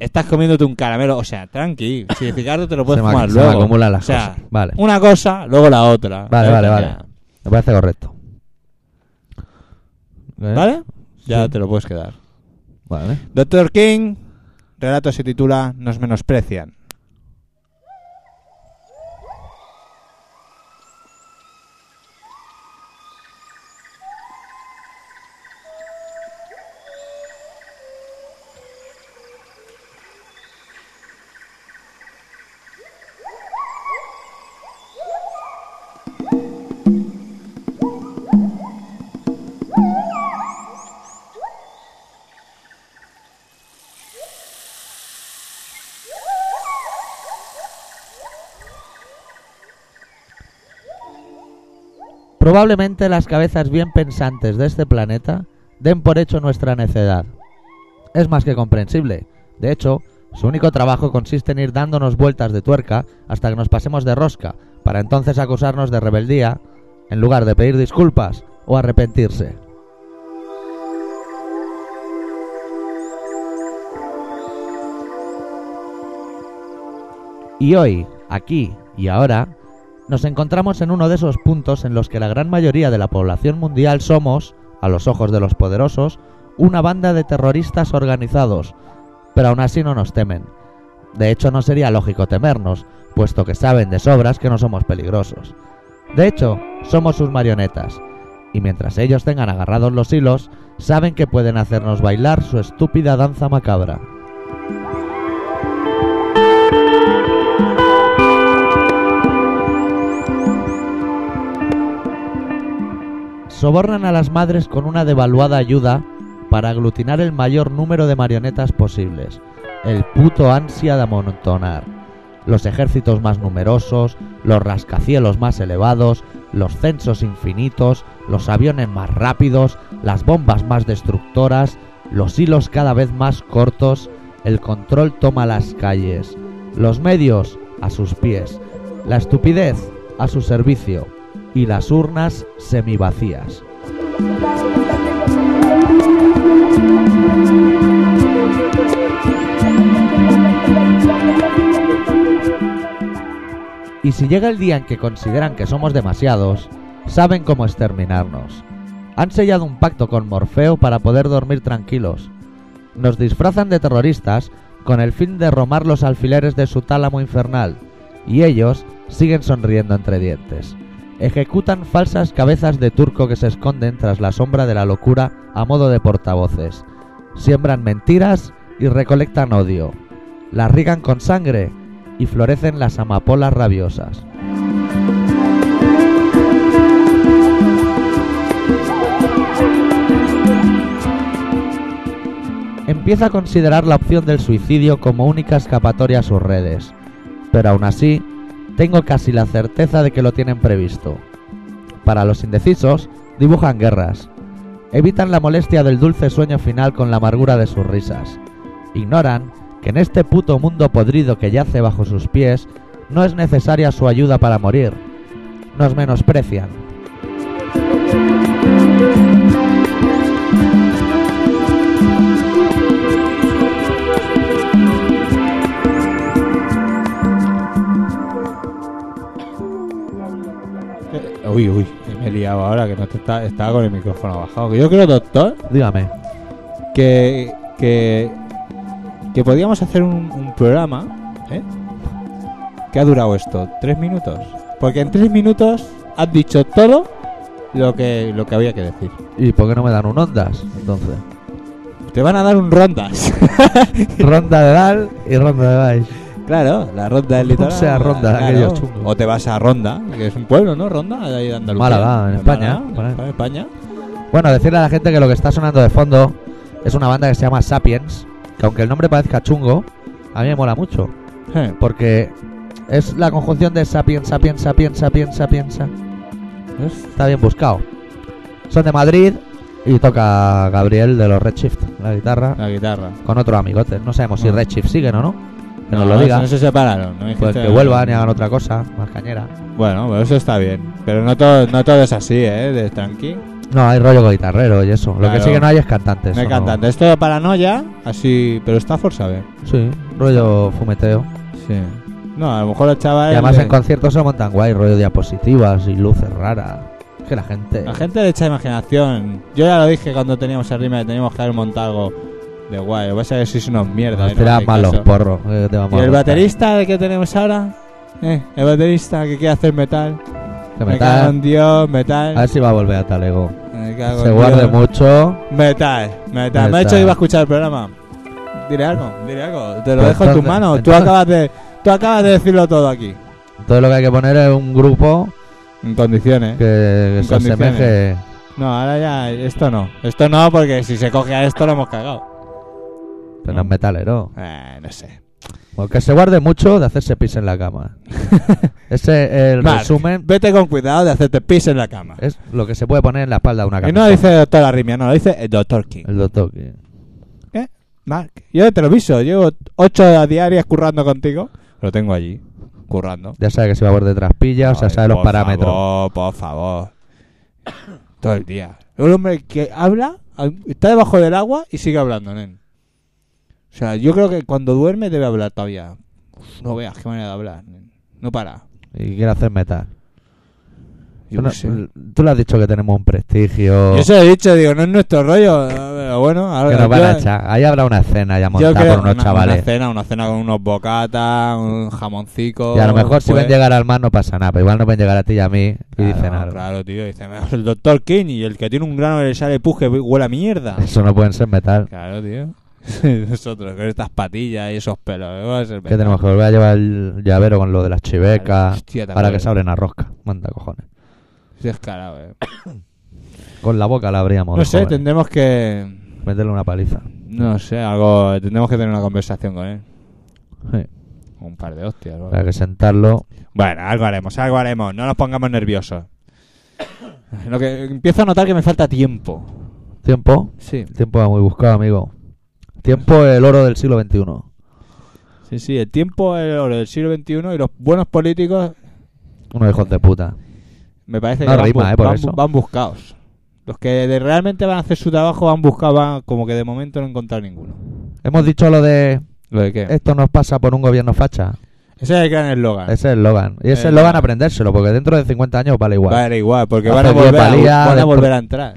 [SPEAKER 5] Estás comiéndote un caramelo, o sea, tranqui. Si el cigarro te lo puedes
[SPEAKER 2] Se me-
[SPEAKER 5] Pues fumar
[SPEAKER 2] se me
[SPEAKER 5] luego.
[SPEAKER 2] acumulan las
[SPEAKER 5] o sea,
[SPEAKER 2] cosas. Vale.
[SPEAKER 5] Una cosa, luego la otra.
[SPEAKER 2] Vale,
[SPEAKER 5] ¿eh?
[SPEAKER 2] vale,
[SPEAKER 5] O
[SPEAKER 2] vale.
[SPEAKER 5] sea,
[SPEAKER 2] Me parece correcto. ¿Eh?
[SPEAKER 5] ¿Vale? Ya
[SPEAKER 2] Sí.
[SPEAKER 5] te lo puedes quedar.
[SPEAKER 2] Vale.
[SPEAKER 5] Doctor King, relato se titula Nos menosprecian.
[SPEAKER 2] Probablemente las cabezas bien pensantes de este planeta den por hecho nuestra necedad. Es más que comprensible. De hecho, su único trabajo consiste en ir dándonos vueltas de tuerca hasta que nos pasemos de rosca, para entonces acusarnos de rebeldía, en lugar de pedir disculpas o arrepentirse. Y hoy, aquí y ahora, nos encontramos en uno de esos puntos en los que la gran mayoría de la población mundial somos, a los ojos de los poderosos, una banda de terroristas organizados, pero aún así no nos temen. De hecho, no sería lógico temernos, puesto que saben de sobras que no somos peligrosos. De hecho, somos sus marionetas, y mientras ellos tengan agarrados los hilos, saben que pueden hacernos bailar su estúpida danza macabra. Sobornan a las madres con una devaluada ayuda para aglutinar el mayor número de marionetas posibles. El puto ansia de amontonar. Los ejércitos más numerosos, los rascacielos más elevados, los censos infinitos, los aviones más rápidos, las bombas más destructoras, los hilos cada vez más cortos, El control toma las calles. Los medios a sus pies. La estupidez a su servicio. Y las urnas semivacías. Y si llega el día en que consideran que somos demasiados, saben cómo exterminarnos. Han sellado un pacto con Morfeo para poder dormir tranquilos. Nos disfrazan de terroristas con el fin de romar los alfileres de su tálamo infernal, y ellos siguen sonriendo entre dientes. Ejecutan falsas cabezas de turco que se esconden tras la sombra de la locura a modo de portavoces. Siembran mentiras y recolectan odio. Las riegan con sangre y florecen las amapolas rabiosas. Empieza a considerar la opción del suicidio como única escapatoria a sus redes, pero aún así, tengo casi la certeza de que lo tienen previsto. Para los indecisos, dibujan guerras, evitan la molestia del dulce sueño final con la amargura de sus risas, ignoran que en este puto mundo podrido que yace bajo sus pies, no es necesaria su ayuda para morir, nos menosprecian,
[SPEAKER 5] Eh, Uy, uy, que me he liado ahora, que no te está, estaba con el micrófono bajado. Que yo creo, doctor,
[SPEAKER 2] dígame.
[SPEAKER 5] que, que, que podíamos hacer un, un programa, ¿eh? ¿Qué ha durado esto? ¿Tres minutos? Porque en tres minutos has dicho todo lo que, lo que había que decir.
[SPEAKER 2] ¿Y por qué no me dan un ondas? Entonces,
[SPEAKER 5] Te van a dar un rondas.
[SPEAKER 2] ronda de dal y ronda de baix.
[SPEAKER 5] claro, la ronda del litoral.
[SPEAKER 2] O sea, ronda,
[SPEAKER 5] claro.
[SPEAKER 2] aquello chungo.
[SPEAKER 5] O te vas a Ronda, que es un pueblo, ¿no? Ronda, de ahí de Andalucía.
[SPEAKER 2] Málaga, en
[SPEAKER 5] De
[SPEAKER 2] España,
[SPEAKER 5] Málaga,
[SPEAKER 2] por ahí.
[SPEAKER 5] en España.
[SPEAKER 2] Bueno, decirle a la gente que lo que está sonando de fondo es una banda que se llama Sapiens, que aunque el nombre parezca chungo, a mí me mola mucho,
[SPEAKER 5] Eh,
[SPEAKER 2] porque es la conjunción de Sapiens, Sapiens, Sapiens, Sapiens, Sapiens.
[SPEAKER 5] es-
[SPEAKER 2] Está bien buscado. Son de Madrid y toca Gabriel de los Redshift, la guitarra,
[SPEAKER 5] La guitarra.
[SPEAKER 2] con otro amigote. No sabemos si
[SPEAKER 5] Ah.
[SPEAKER 2] Redshift siguen o no, que nos lo diga.
[SPEAKER 5] No se separaron. ¿no?
[SPEAKER 2] Pues
[SPEAKER 5] Dijiste-
[SPEAKER 2] que vuelvan y hagan otra cosa, más cañera.
[SPEAKER 5] Bueno, pero eso está bien. Pero no todo, no todo es así, ¿eh? De tranqui.
[SPEAKER 2] No, hay rollo guitarrero y eso. Lo
[SPEAKER 5] Claro.
[SPEAKER 2] que sí que no hay es cantantes.
[SPEAKER 5] No hay
[SPEAKER 2] ¿o
[SPEAKER 5] cantante. Es todo paranoia, así. Pero está forzado ¿eh? bien.
[SPEAKER 2] Sí, rollo fumeteo.
[SPEAKER 5] Sí. No, a lo mejor los
[SPEAKER 2] Y
[SPEAKER 5] chavales.
[SPEAKER 2] además
[SPEAKER 5] le-
[SPEAKER 2] en conciertos se lo montan guay, rollo diapositivas y luces raras. Es que la gente...
[SPEAKER 5] La gente le echa imaginación. Yo ya lo dije cuando teníamos el rima que teníamos que haber montado algo de guay. Lo que pasa es que sois unos mierda. ¿eh? No
[SPEAKER 2] será
[SPEAKER 5] hacéis
[SPEAKER 2] malos
[SPEAKER 5] caso.
[SPEAKER 2] porros. eh, te vamos
[SPEAKER 5] ¿Y
[SPEAKER 2] a gustar.
[SPEAKER 5] el baterista de que tenemos ahora? ¿Eh? El baterista que quiere hacer metal.
[SPEAKER 2] Que
[SPEAKER 5] Me
[SPEAKER 2] metal.
[SPEAKER 5] cago en Dios,
[SPEAKER 2] A
[SPEAKER 5] metal.
[SPEAKER 2] ver si va a volver a Talego.
[SPEAKER 5] Me cago
[SPEAKER 2] Se
[SPEAKER 5] en
[SPEAKER 2] guarde
[SPEAKER 5] Dios.
[SPEAKER 2] mucho.
[SPEAKER 5] Metal, metal. Me ha
[SPEAKER 2] Metal.
[SPEAKER 5] dicho que iba a escuchar el programa. Dile algo, dile algo. Te lo
[SPEAKER 2] Pues
[SPEAKER 5] dejo en tus
[SPEAKER 2] entonces-
[SPEAKER 5] manos. Tú
[SPEAKER 2] entonces-
[SPEAKER 5] acabas de, tú acabas de decirlo todo aquí.
[SPEAKER 2] Entonces lo que hay que poner es un grupo
[SPEAKER 5] En condiciones.
[SPEAKER 2] que
[SPEAKER 5] En
[SPEAKER 2] se asemeje...
[SPEAKER 5] No, ahora ya esto no. Esto no, porque si se coge a esto lo hemos cagado.
[SPEAKER 2] Pero no
[SPEAKER 5] Mm.
[SPEAKER 2] es metalero.
[SPEAKER 5] Eh, no sé.
[SPEAKER 2] O que se guarde mucho de hacerse pis en la cama. Ese es el
[SPEAKER 5] Marc,
[SPEAKER 2] resumen.
[SPEAKER 5] Vete con cuidado de hacerte pis en la cama.
[SPEAKER 2] Es lo que se puede poner en Eh, la espalda de una
[SPEAKER 5] Y
[SPEAKER 2] camiseta.
[SPEAKER 5] no lo dice el doctor Arrimia, no, lo dice el doctor King.
[SPEAKER 2] El doctor que-
[SPEAKER 5] Mark, yo te lo aviso, llevo ocho horas diarias currando contigo. Lo tengo allí, currando.
[SPEAKER 2] Ya sabe que se va a ver de traspilla, o sea,
[SPEAKER 5] Ay,
[SPEAKER 2] sabe los
[SPEAKER 5] por
[SPEAKER 2] parámetros.
[SPEAKER 5] favor, por favor. Todo el día. Un hombre que habla, al- está debajo del agua y sigue hablando, nen. O sea, yo creo que cuando duerme debe hablar todavía. Uf, no veas qué manera de hablar, nen. No para.
[SPEAKER 2] Y quiere hacer metal.
[SPEAKER 5] Yo,
[SPEAKER 2] Bueno,
[SPEAKER 5] qué sé.
[SPEAKER 2] Tú le has dicho que tenemos un prestigio.
[SPEAKER 5] Yo se lo he dicho, digo, no es nuestro rollo. Pero bueno, ahora
[SPEAKER 2] oh. que nos van
[SPEAKER 5] yo- eh,
[SPEAKER 2] a echar. Ahí habrá una escena ya
[SPEAKER 5] yo
[SPEAKER 2] montada
[SPEAKER 5] creo
[SPEAKER 2] con unos
[SPEAKER 5] una,
[SPEAKER 2] chavales.
[SPEAKER 5] una cena, una cena con unos bocatas, un jamoncico.
[SPEAKER 2] y a lo mejor si
[SPEAKER 5] pues-
[SPEAKER 2] ven llegar al mar no pasa nada, pero igual no ven llegar a ti y a mí y dicen algo.
[SPEAKER 5] Claro, tío, dice, el doctor King y el que tiene un grano que le sale pus que huele a mierda.
[SPEAKER 2] Eso no pueden ser metal.
[SPEAKER 5] Claro, tío. Nosotros con estas patillas y esos pelos. ¿eh? Va a ser
[SPEAKER 2] Que tenemos que volver a llevar el llavero con lo de las chivecas.
[SPEAKER 5] Hostia, te
[SPEAKER 2] ahora que
[SPEAKER 5] acuerdas.
[SPEAKER 2] se abren a rosca. Manda cojones.
[SPEAKER 5] Descarado, eh.
[SPEAKER 2] Con la boca la abríamos.
[SPEAKER 5] No
[SPEAKER 2] los
[SPEAKER 5] sé,
[SPEAKER 2] jóvenes.
[SPEAKER 5] tendremos que.
[SPEAKER 2] Meterle una paliza.
[SPEAKER 5] No sé, algo. Tendremos que tener una conversación con él.
[SPEAKER 2] Sí.
[SPEAKER 5] Un par de hostias. ¿no?
[SPEAKER 2] Habrá que sentarlo.
[SPEAKER 5] Bueno, algo haremos, algo haremos. No nos pongamos nerviosos. Lo que empiezo a notar que me falta tiempo.
[SPEAKER 2] Tiempo.
[SPEAKER 5] Sí.
[SPEAKER 2] El tiempo va muy buscado, amigo. Tiempo el oro del siglo XXI.
[SPEAKER 5] Sí, sí, el tiempo es el oro del siglo XXI y los buenos políticos
[SPEAKER 2] Unos hijos de puta.
[SPEAKER 5] me parece
[SPEAKER 2] No
[SPEAKER 5] que van
[SPEAKER 2] rima,
[SPEAKER 5] bu-
[SPEAKER 2] eh, por
[SPEAKER 5] van,
[SPEAKER 2] eso.
[SPEAKER 5] van buscados. Los que de- realmente van a hacer su trabajo van buscados, van- como que de momento no he encontrado ninguno.
[SPEAKER 2] Hemos dicho lo de
[SPEAKER 5] ¿Lo de qué?
[SPEAKER 2] esto nos pasa por un gobierno facha.
[SPEAKER 5] Ese es el gran eslogan.
[SPEAKER 2] Ese es el Logan. Y ese
[SPEAKER 5] Eh,
[SPEAKER 2] es Logan
[SPEAKER 5] no.
[SPEAKER 2] aprendérselo, porque dentro de 50 años vale igual.
[SPEAKER 5] Vale, igual, porque
[SPEAKER 2] Hace
[SPEAKER 5] van a, volver a,
[SPEAKER 2] biopalía,
[SPEAKER 5] van a
[SPEAKER 2] después-
[SPEAKER 5] volver a entrar.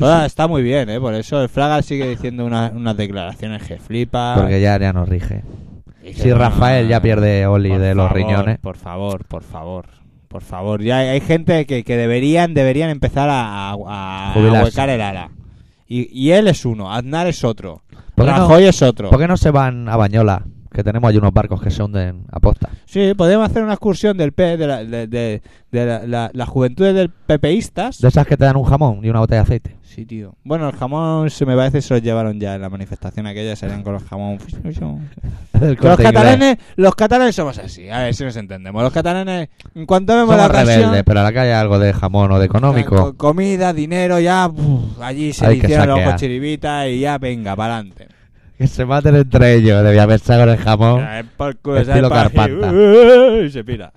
[SPEAKER 5] Ahora está muy bien, ¿eh? Por eso el Fraga sigue diciendo unas, unas declaraciones que flipa.
[SPEAKER 2] Porque ya, ya nos rige.
[SPEAKER 5] Y que
[SPEAKER 2] Si
[SPEAKER 5] no,
[SPEAKER 2] Rafael ya pierde Oli
[SPEAKER 5] por
[SPEAKER 2] de los
[SPEAKER 5] favor,
[SPEAKER 2] riñones.
[SPEAKER 5] Por favor, por favor. Por favor, ya hay, hay gente que, que deberían deberían empezar a, a, a
[SPEAKER 2] Jubilarse.
[SPEAKER 5] huecar el ala. Y, y él es uno, Aznar es otro,
[SPEAKER 2] ¿Por qué no?
[SPEAKER 5] Rajoy es otro.
[SPEAKER 2] ¿Por qué no se van a Bañola? Que tenemos ahí unos barcos que se hunden a posta.
[SPEAKER 5] Sí, podemos hacer una excursión del P, de, la, de, de- de la- la- las juventudes del PPistas.
[SPEAKER 2] De esas que te dan un jamón y una botella de aceite.
[SPEAKER 5] Sí, tío. Bueno, el jamón se me parece se los llevaron ya en la manifestación aquella, salían con los jamón.
[SPEAKER 2] Del
[SPEAKER 5] Que los
[SPEAKER 2] Corte Inglés.
[SPEAKER 5] catalanes, los catalanes somos así, a ver si nos entendemos. Los catalanes, en cuanto vemos la
[SPEAKER 2] Somos
[SPEAKER 5] ocasión, eh,
[SPEAKER 2] rebeldes, pero a la calle algo de jamón o de
[SPEAKER 5] co-
[SPEAKER 2] económico.
[SPEAKER 5] comida, dinero, ya uf, allí se
[SPEAKER 2] Hay
[SPEAKER 5] le
[SPEAKER 2] que
[SPEAKER 5] hicieron los
[SPEAKER 2] saquear.
[SPEAKER 5] ojos chiribitas y ya venga, para adelante.
[SPEAKER 2] Que se maten entre ellos. Debía haber con el jamón.
[SPEAKER 5] Por culo, ¿sabes?
[SPEAKER 2] Estilo
[SPEAKER 5] Para aquí,
[SPEAKER 2] Carpanta.
[SPEAKER 5] uh, y se pira.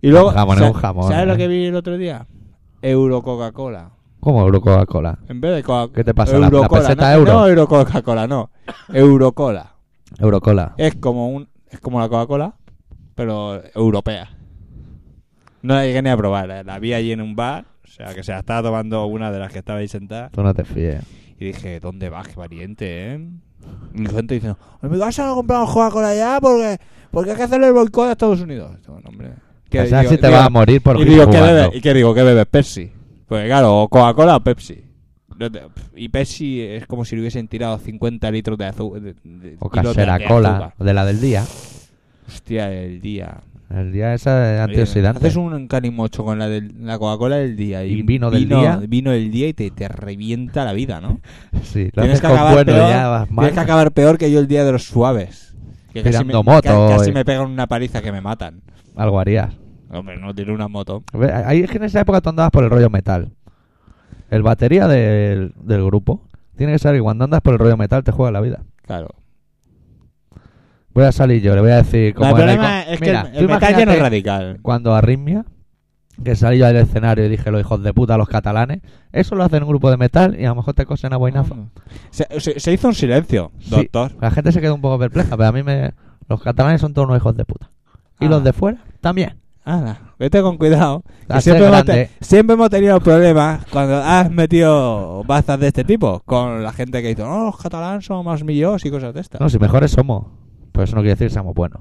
[SPEAKER 5] Y luego,
[SPEAKER 2] Un jamón,
[SPEAKER 5] sa-
[SPEAKER 2] un jamón,
[SPEAKER 5] ¿sabes lo
[SPEAKER 2] eh.
[SPEAKER 5] que vi el otro día? Euro Coca-Cola.
[SPEAKER 2] Como Euro Coca-Cola.
[SPEAKER 5] En vez de Coca-
[SPEAKER 2] ¿Qué te pasa, la- la
[SPEAKER 5] Eurocola,
[SPEAKER 2] peseta
[SPEAKER 5] no,
[SPEAKER 2] euro?
[SPEAKER 5] No, Euro Coca-Cola, no. Eurocola.
[SPEAKER 2] Eurocola.
[SPEAKER 5] Es como un es como la Coca-Cola, pero europea. No la llegué ni a probar, eh. la vi allí en un bar, o sea, que se la estaba tomando una de las que estaba ahí sentada.
[SPEAKER 2] Tú no te fíes.
[SPEAKER 5] Y dije, ¿dónde vas, qué valiente, eh? Y mi gente diciendo, ¿me vas a comprar un Coca-Cola ya? Porque, porque hay que hacerle el boicot a Estados Unidos. Digo, "No, hombre.
[SPEAKER 2] O sea,
[SPEAKER 5] digo-
[SPEAKER 2] si te
[SPEAKER 5] digo-
[SPEAKER 2] vas a morir por
[SPEAKER 5] y
[SPEAKER 2] ir
[SPEAKER 5] digo, ¿qué
[SPEAKER 2] jugando.
[SPEAKER 5] bebes? ¿Y qué digo? ¿Qué bebes? Pepsi. Pues claro, o Coca-Cola o Pepsi. No te- Y Pepsi es como si le hubiesen tirado 50 litros de azúcar.
[SPEAKER 2] O casera cola. o De la del día.
[SPEAKER 5] Hostia, el día.
[SPEAKER 2] El día esa de antioxidante.
[SPEAKER 5] Haces un canimocho con la, del- la Coca-Cola del día y,
[SPEAKER 2] Y vino del día.
[SPEAKER 5] Vino del día y te, te revienta la vida, ¿no?
[SPEAKER 2] Sí, lo
[SPEAKER 5] Tienes
[SPEAKER 2] haces
[SPEAKER 5] que,
[SPEAKER 2] con
[SPEAKER 5] acabar
[SPEAKER 2] bueno y
[SPEAKER 5] peor,
[SPEAKER 2] ya vas mal.
[SPEAKER 5] tienes que acabar peor que yo el día de los suaves. Que casi me,
[SPEAKER 2] Tirando moto,
[SPEAKER 5] ca- casi
[SPEAKER 2] eh.
[SPEAKER 5] me pegan una paliza que me matan.
[SPEAKER 2] Algo harías.
[SPEAKER 5] Hombre, no tiene una moto.
[SPEAKER 2] A ver, Ahí es que en esa época tú andabas por el rollo metal. El batería del, del grupo tiene que saber que cuando andas por el rollo metal te juega la vida.
[SPEAKER 5] Claro.
[SPEAKER 2] Voy a salir yo, le voy a decir
[SPEAKER 5] No,
[SPEAKER 2] como
[SPEAKER 5] el
[SPEAKER 2] en
[SPEAKER 5] problema
[SPEAKER 2] con-
[SPEAKER 5] es que
[SPEAKER 2] Mira,
[SPEAKER 5] el,
[SPEAKER 2] tú
[SPEAKER 5] el metal ya no
[SPEAKER 2] imagínate
[SPEAKER 5] es radical.
[SPEAKER 2] Cuando arritmia, que salí yo del escenario y dije los hijos de puta, los catalanes, eso lo hacen un grupo de metal y a lo mejor te cosen a boinazo.
[SPEAKER 5] Se, se- se hizo un silencio,
[SPEAKER 2] Sí.
[SPEAKER 5] doctor.
[SPEAKER 2] La gente se queda un poco perpleja, pero a mí me. Los catalanes son todos unos hijos de puta. Y
[SPEAKER 5] Ah.
[SPEAKER 2] los de fuera también.
[SPEAKER 5] Ala, vete con cuidado. que
[SPEAKER 2] A ser
[SPEAKER 5] siempre, hemos te-
[SPEAKER 2] grande.
[SPEAKER 5] siempre hemos tenido problemas cuando has metido bazas de este tipo con la gente que dice, no, los catalanes son más millos y cosas de estas.
[SPEAKER 2] No, si mejores somos. Pero eso no quiere decir que seamos buenos.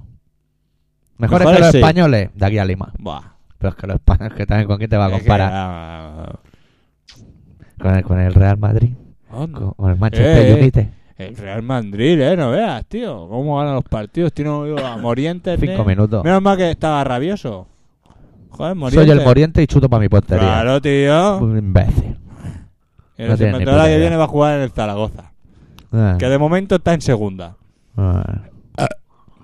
[SPEAKER 2] Mejores,
[SPEAKER 5] Mejores
[SPEAKER 2] que los
[SPEAKER 5] sí.
[SPEAKER 2] españoles de aquí a Lima.
[SPEAKER 5] Buah.
[SPEAKER 2] Pero es que los españoles que también con quién te va a
[SPEAKER 5] Es que,
[SPEAKER 2] comparar.
[SPEAKER 5] ah,
[SPEAKER 2] Con el, con el Real Madrid,
[SPEAKER 5] onda.
[SPEAKER 2] con, con el Manchester
[SPEAKER 5] Mm. Eh, eh.
[SPEAKER 2] United.
[SPEAKER 5] El Real Madrid, eh, no veas, tío. Cómo ganan los partidos. Tiene un a Morientes.
[SPEAKER 2] Cinco
[SPEAKER 5] eh.
[SPEAKER 2] minutos.
[SPEAKER 5] Menos mal que estaba rabioso. Joder, Morientes.
[SPEAKER 2] Soy el Moriente y chuto para mi portería.
[SPEAKER 5] Claro, tío.
[SPEAKER 2] Un imbécil.
[SPEAKER 5] Y
[SPEAKER 2] no tiene
[SPEAKER 5] nos
[SPEAKER 2] ni
[SPEAKER 5] inventó la
[SPEAKER 2] puta
[SPEAKER 5] que
[SPEAKER 2] idea.
[SPEAKER 5] viene va a jugar en el Zaragoza.
[SPEAKER 2] Ah,
[SPEAKER 5] Que de momento está en segunda.
[SPEAKER 2] ah,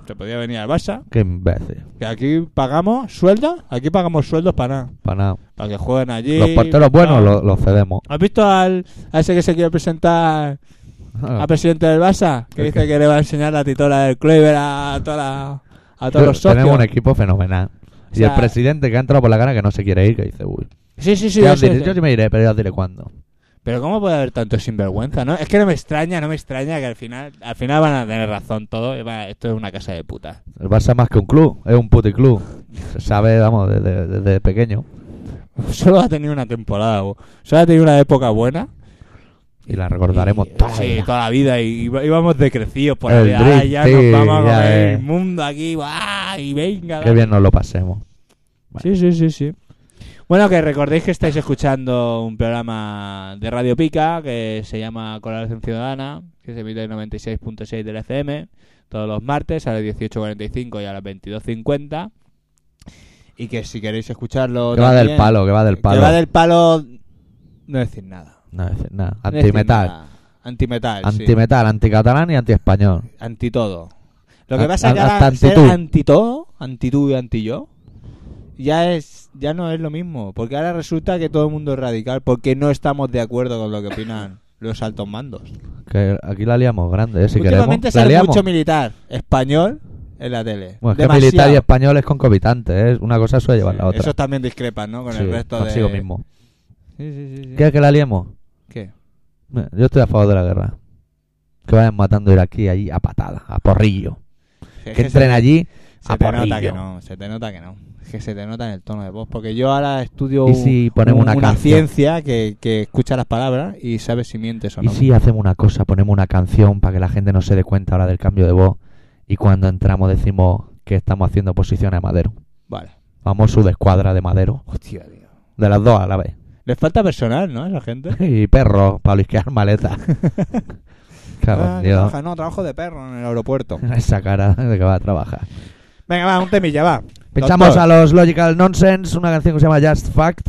[SPEAKER 5] Se podía venir al Barça.
[SPEAKER 2] qué imbécil.
[SPEAKER 5] Que aquí pagamos sueldos. Aquí pagamos sueldos para nada.
[SPEAKER 2] Para nada.
[SPEAKER 5] Para que jueguen allí.
[SPEAKER 2] los porteros buenos
[SPEAKER 5] No.
[SPEAKER 2] los, los cedemos.
[SPEAKER 5] ¿Has visto al, a ese que se quiere presentar a presidente del Barça?
[SPEAKER 2] Ah.
[SPEAKER 5] Que
[SPEAKER 2] ¿El
[SPEAKER 5] dice
[SPEAKER 2] qué?
[SPEAKER 5] que le va a enseñar la titola del Kluivert a, toda la- a todos los socios.
[SPEAKER 2] Tenemos un equipo fenomenal. Y
[SPEAKER 5] sea-
[SPEAKER 2] el presidente que ha entrado por la cara que no se quiere ir, que dice, uy.
[SPEAKER 5] Sí, sí, sí.
[SPEAKER 2] Ya os
[SPEAKER 5] ese-
[SPEAKER 2] diré-
[SPEAKER 5] ese.
[SPEAKER 2] yo sí me iré, pero ya os diré cuándo.
[SPEAKER 5] Pero ¿cómo puede haber tanto sinvergüenza? ¿no? Es que no me extraña, no me extraña que al final al final van a tener razón todos. y va- Esto es una casa de putas.
[SPEAKER 2] El Barça es más que un club, es un puticlub. Se sabe, vamos, desde, desde pequeño.
[SPEAKER 5] Solo ha tenido una temporada, bo- solo ha tenido una época buena.
[SPEAKER 2] Y la recordaremos
[SPEAKER 5] Y-
[SPEAKER 2] toda la
[SPEAKER 5] sí,
[SPEAKER 2] vida.
[SPEAKER 5] toda la vida. Y iba- íbamos decrecidos Pues por
[SPEAKER 2] El
[SPEAKER 5] ahí. Ahora
[SPEAKER 2] Dream
[SPEAKER 5] ya
[SPEAKER 2] Team,
[SPEAKER 5] nos vamos a
[SPEAKER 2] ya
[SPEAKER 5] comer
[SPEAKER 2] ves.
[SPEAKER 5] el mundo aquí. ¡buah! Y venga.
[SPEAKER 2] Qué
[SPEAKER 5] dale.
[SPEAKER 2] bien nos lo pasemos.
[SPEAKER 5] Sí, sí, sí, sí. Bueno, que recordéis que estáis escuchando un programa de Radio Pica que se llama Colaboración Ciudadana, que se emite en 96.6 del FM todos los martes a las 18.45 y a las 22.50. Y que si queréis escucharlo.
[SPEAKER 2] Que va
[SPEAKER 5] también-
[SPEAKER 2] del palo, que va del palo.
[SPEAKER 5] Que va del palo. No decir nada.
[SPEAKER 2] No, es- nada.
[SPEAKER 5] No decir
[SPEAKER 2] Antimetal.
[SPEAKER 5] nada. Antimetal. sí.
[SPEAKER 2] Antimetal, anticatalán y antiespañol.
[SPEAKER 5] Anti todo. Lo que
[SPEAKER 2] A-
[SPEAKER 5] pasa es que
[SPEAKER 2] a-
[SPEAKER 5] ahora
[SPEAKER 2] hasta
[SPEAKER 5] ser
[SPEAKER 2] anti tú.
[SPEAKER 5] anti todo, anti tú y anti yo, ya es ya no es lo mismo, porque ahora resulta que todo el mundo es radical porque no estamos de acuerdo con lo que opinan los altos mandos.
[SPEAKER 2] Que aquí la liamos grande, eh, si queremos.
[SPEAKER 5] Últimamente
[SPEAKER 2] La
[SPEAKER 5] sale
[SPEAKER 2] liamos.
[SPEAKER 5] mucho militar español en la tele.
[SPEAKER 2] Bueno, es que
[SPEAKER 5] Demasiado.
[SPEAKER 2] militar y español es concomitante, ¿eh? una cosa suele llevar la otra.
[SPEAKER 5] Esos también discrepan, ¿no? Con
[SPEAKER 2] Sí,
[SPEAKER 5] el resto de...
[SPEAKER 2] consigo mismo.
[SPEAKER 5] Sí, sí, sí, sí.
[SPEAKER 2] ¿Quieres que la liemos?
[SPEAKER 5] ¿Qué?
[SPEAKER 2] Mira, Yo estoy a favor de la guerra. Que vayan matando iraquí allí a patada, a porrillo.
[SPEAKER 5] Es
[SPEAKER 2] que
[SPEAKER 5] se-
[SPEAKER 2] entren allí
[SPEAKER 5] se,
[SPEAKER 2] a
[SPEAKER 5] te
[SPEAKER 2] porrillo.
[SPEAKER 5] nota que no, se te nota que no. Es que se te nota en el tono de voz. Porque yo ahora estudio
[SPEAKER 2] y
[SPEAKER 5] un-
[SPEAKER 2] si ponemos
[SPEAKER 5] un-
[SPEAKER 2] una,
[SPEAKER 5] una
[SPEAKER 2] canción.
[SPEAKER 5] ciencia que, que escucha las palabras y sabe si mientes o
[SPEAKER 2] Y
[SPEAKER 5] no.
[SPEAKER 2] si hacemos una cosa, ponemos una canción para que la gente no se dé cuenta ahora del cambio de voz. Y cuando entramos decimos que estamos haciendo oposición a Madero.
[SPEAKER 5] Vale.
[SPEAKER 2] Vamos su escuadra de Madero.
[SPEAKER 5] Hostia, tío.
[SPEAKER 2] De las dos a la vez.
[SPEAKER 5] Les falta personal, ¿no? A esa gente.
[SPEAKER 2] Y perros para lisquear maletas. Cago en
[SPEAKER 5] Ah,
[SPEAKER 2] Dios.
[SPEAKER 5] trabaja- no, trabajo de perro en el aeropuerto.
[SPEAKER 2] Esa cara de que va a trabajar.
[SPEAKER 5] Venga, va, un temilla, va.
[SPEAKER 2] Pinchamos
[SPEAKER 5] Doctor.
[SPEAKER 2] a los Logical Nonsense, una canción que se llama Just Fact,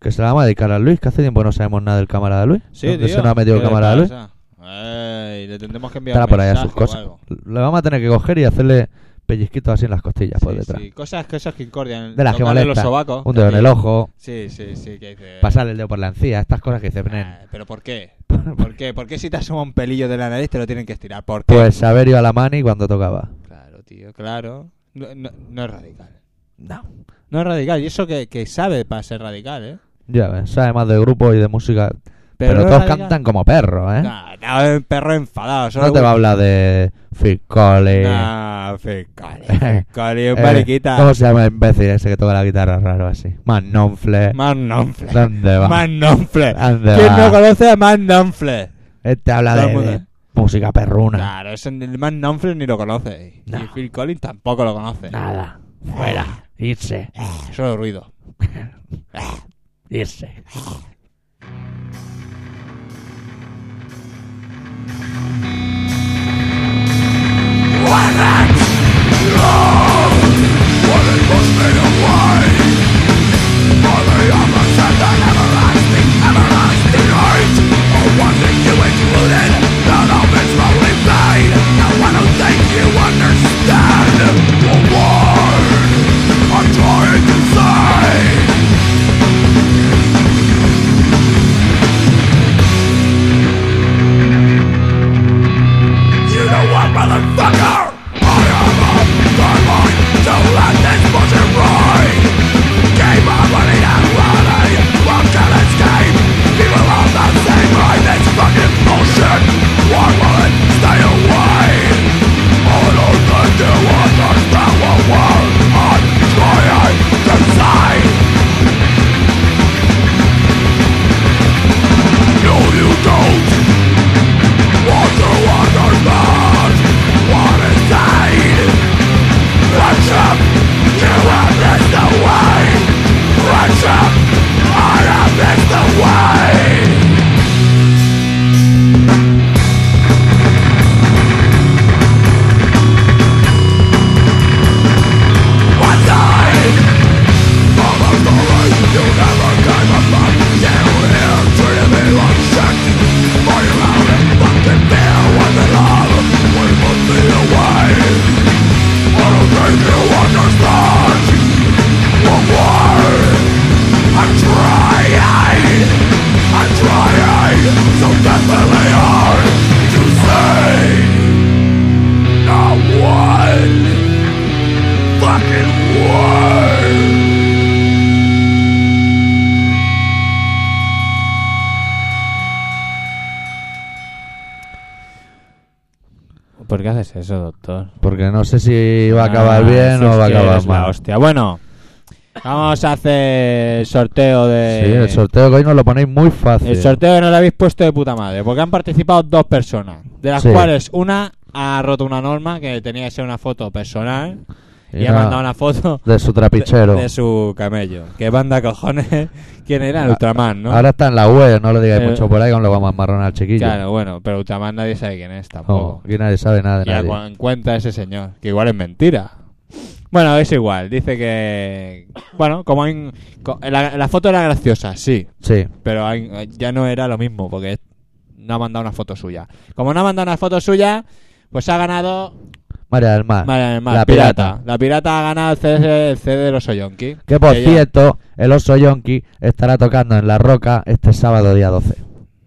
[SPEAKER 2] que se la vamos a dedicar a Luis, que hace tiempo que no sabemos nada del cámara de Luis.
[SPEAKER 5] Sí,
[SPEAKER 2] ¿Dónde
[SPEAKER 5] tío.
[SPEAKER 2] se nos ha metido
[SPEAKER 5] ¿Qué le
[SPEAKER 2] cámara de Luis?
[SPEAKER 5] pasa? Ey, le tendremos que enviar
[SPEAKER 2] Estará
[SPEAKER 5] un
[SPEAKER 2] por ahí a
[SPEAKER 5] mensaje
[SPEAKER 2] sus
[SPEAKER 5] o
[SPEAKER 2] cosas.
[SPEAKER 5] algo.
[SPEAKER 2] Le vamos a tener que coger y hacerle pellizquitos así en las costillas por
[SPEAKER 5] Sí,
[SPEAKER 2] detrás.
[SPEAKER 5] sí, Eh. Cosas, cosas que incordian.
[SPEAKER 2] De las que
[SPEAKER 5] tocarle los
[SPEAKER 2] molestan.
[SPEAKER 5] sobacos.
[SPEAKER 2] Un dedo en el ojo,
[SPEAKER 5] Sí, sí, sí. Que dice,
[SPEAKER 2] pasar el dedo por la encía, estas cosas que dice Bren.
[SPEAKER 5] "Ah, ¿Pero por qué? ¿Por qué? ¿Por qué si te asoma un pelillo de la nariz te lo tienen que estirar? ¿Por qué?
[SPEAKER 2] Pues haber ido a la mani cuando tocaba.
[SPEAKER 5] Claro, tío, claro. No, no- no es radical.
[SPEAKER 2] No.
[SPEAKER 5] No es radical. Y eso que, que sabe para ser radical, ¿eh?
[SPEAKER 2] Ya ves, sabe más de grupo y de música. Pero,
[SPEAKER 5] no es
[SPEAKER 2] todos
[SPEAKER 5] radical.
[SPEAKER 2] cantan como perros, ¿eh?
[SPEAKER 5] No, no, es un perro enfadado. solo
[SPEAKER 2] No te va a
[SPEAKER 5] un-
[SPEAKER 2] hablar de Phil Collins.
[SPEAKER 5] No, fiscal. Fiscal y un
[SPEAKER 2] Eh,
[SPEAKER 5] mariquita.
[SPEAKER 2] ¿Cómo se llama el imbécil ese que toca la guitarra raro así? Manonfle.
[SPEAKER 5] Man Nonfle.
[SPEAKER 2] ¿Dónde va?
[SPEAKER 5] Man Nonfle.
[SPEAKER 2] ¿Dónde
[SPEAKER 5] ¿Quién no
[SPEAKER 2] va?
[SPEAKER 5] conoce a Man Nonfle?
[SPEAKER 2] Este habla
[SPEAKER 5] Todo
[SPEAKER 2] de,
[SPEAKER 5] el mundo.
[SPEAKER 2] de música perruna.
[SPEAKER 5] Claro, ese- el Man Nonfle ni lo conoce. Y
[SPEAKER 2] No.
[SPEAKER 5] Phil Collins tampoco lo conoce.
[SPEAKER 2] Nada. Fuera. Irse.
[SPEAKER 5] Solo ruido.
[SPEAKER 2] Irse.
[SPEAKER 5] ¿Por qué haces eso, doctor?
[SPEAKER 2] Porque no sé si va a acabar
[SPEAKER 5] Ah,
[SPEAKER 2] bien
[SPEAKER 5] si
[SPEAKER 2] o
[SPEAKER 5] es
[SPEAKER 2] va a
[SPEAKER 5] que
[SPEAKER 2] acabar
[SPEAKER 5] eres la
[SPEAKER 2] mal.
[SPEAKER 5] hostia. Bueno, vamos a hacer el sorteo de.
[SPEAKER 2] Sí, el sorteo que hoy nos lo ponéis muy fácil.
[SPEAKER 5] El sorteo que no lo habéis puesto de puta madre, porque han participado dos personas, de las
[SPEAKER 2] Sí.
[SPEAKER 5] cuales una ha roto una norma que tenía que ser una foto personal y,
[SPEAKER 2] Y
[SPEAKER 5] ha
[SPEAKER 2] nada,
[SPEAKER 5] mandado una foto
[SPEAKER 2] De su trapichero.
[SPEAKER 5] de su camello. ¿Qué banda cojones? ¿Quién
[SPEAKER 2] Ah,
[SPEAKER 5] era? Ultraman, ¿no?
[SPEAKER 2] Ahora está en la web, no lo digáis
[SPEAKER 5] Eh,
[SPEAKER 2] mucho por ahí, que aún lo vamos a marronar al chiquillo.
[SPEAKER 5] claro, bueno, pero Ultraman nadie sabe quién es
[SPEAKER 2] No,
[SPEAKER 5] tampoco.
[SPEAKER 2] aquí nadie sabe nada de
[SPEAKER 5] Ya
[SPEAKER 2] nadie.
[SPEAKER 5] cu- cuenta ese señor, que igual es mentira. Bueno, es igual, dice que... Bueno, como hay... un- co- La, la foto era graciosa, sí,
[SPEAKER 2] Sí,
[SPEAKER 5] pero hay- ya no era lo mismo, porque no ha mandado una foto suya. Como no ha mandado una foto suya, pues ha ganado...
[SPEAKER 2] María del Mar.
[SPEAKER 5] Vale, más,
[SPEAKER 2] la pirata.
[SPEAKER 5] La pirata ha ganado el CD, el CD de los Oyonki.
[SPEAKER 2] Que por
[SPEAKER 5] ya-
[SPEAKER 2] cierto, el oso Yonki estará tocando en La Roca este sábado día 12.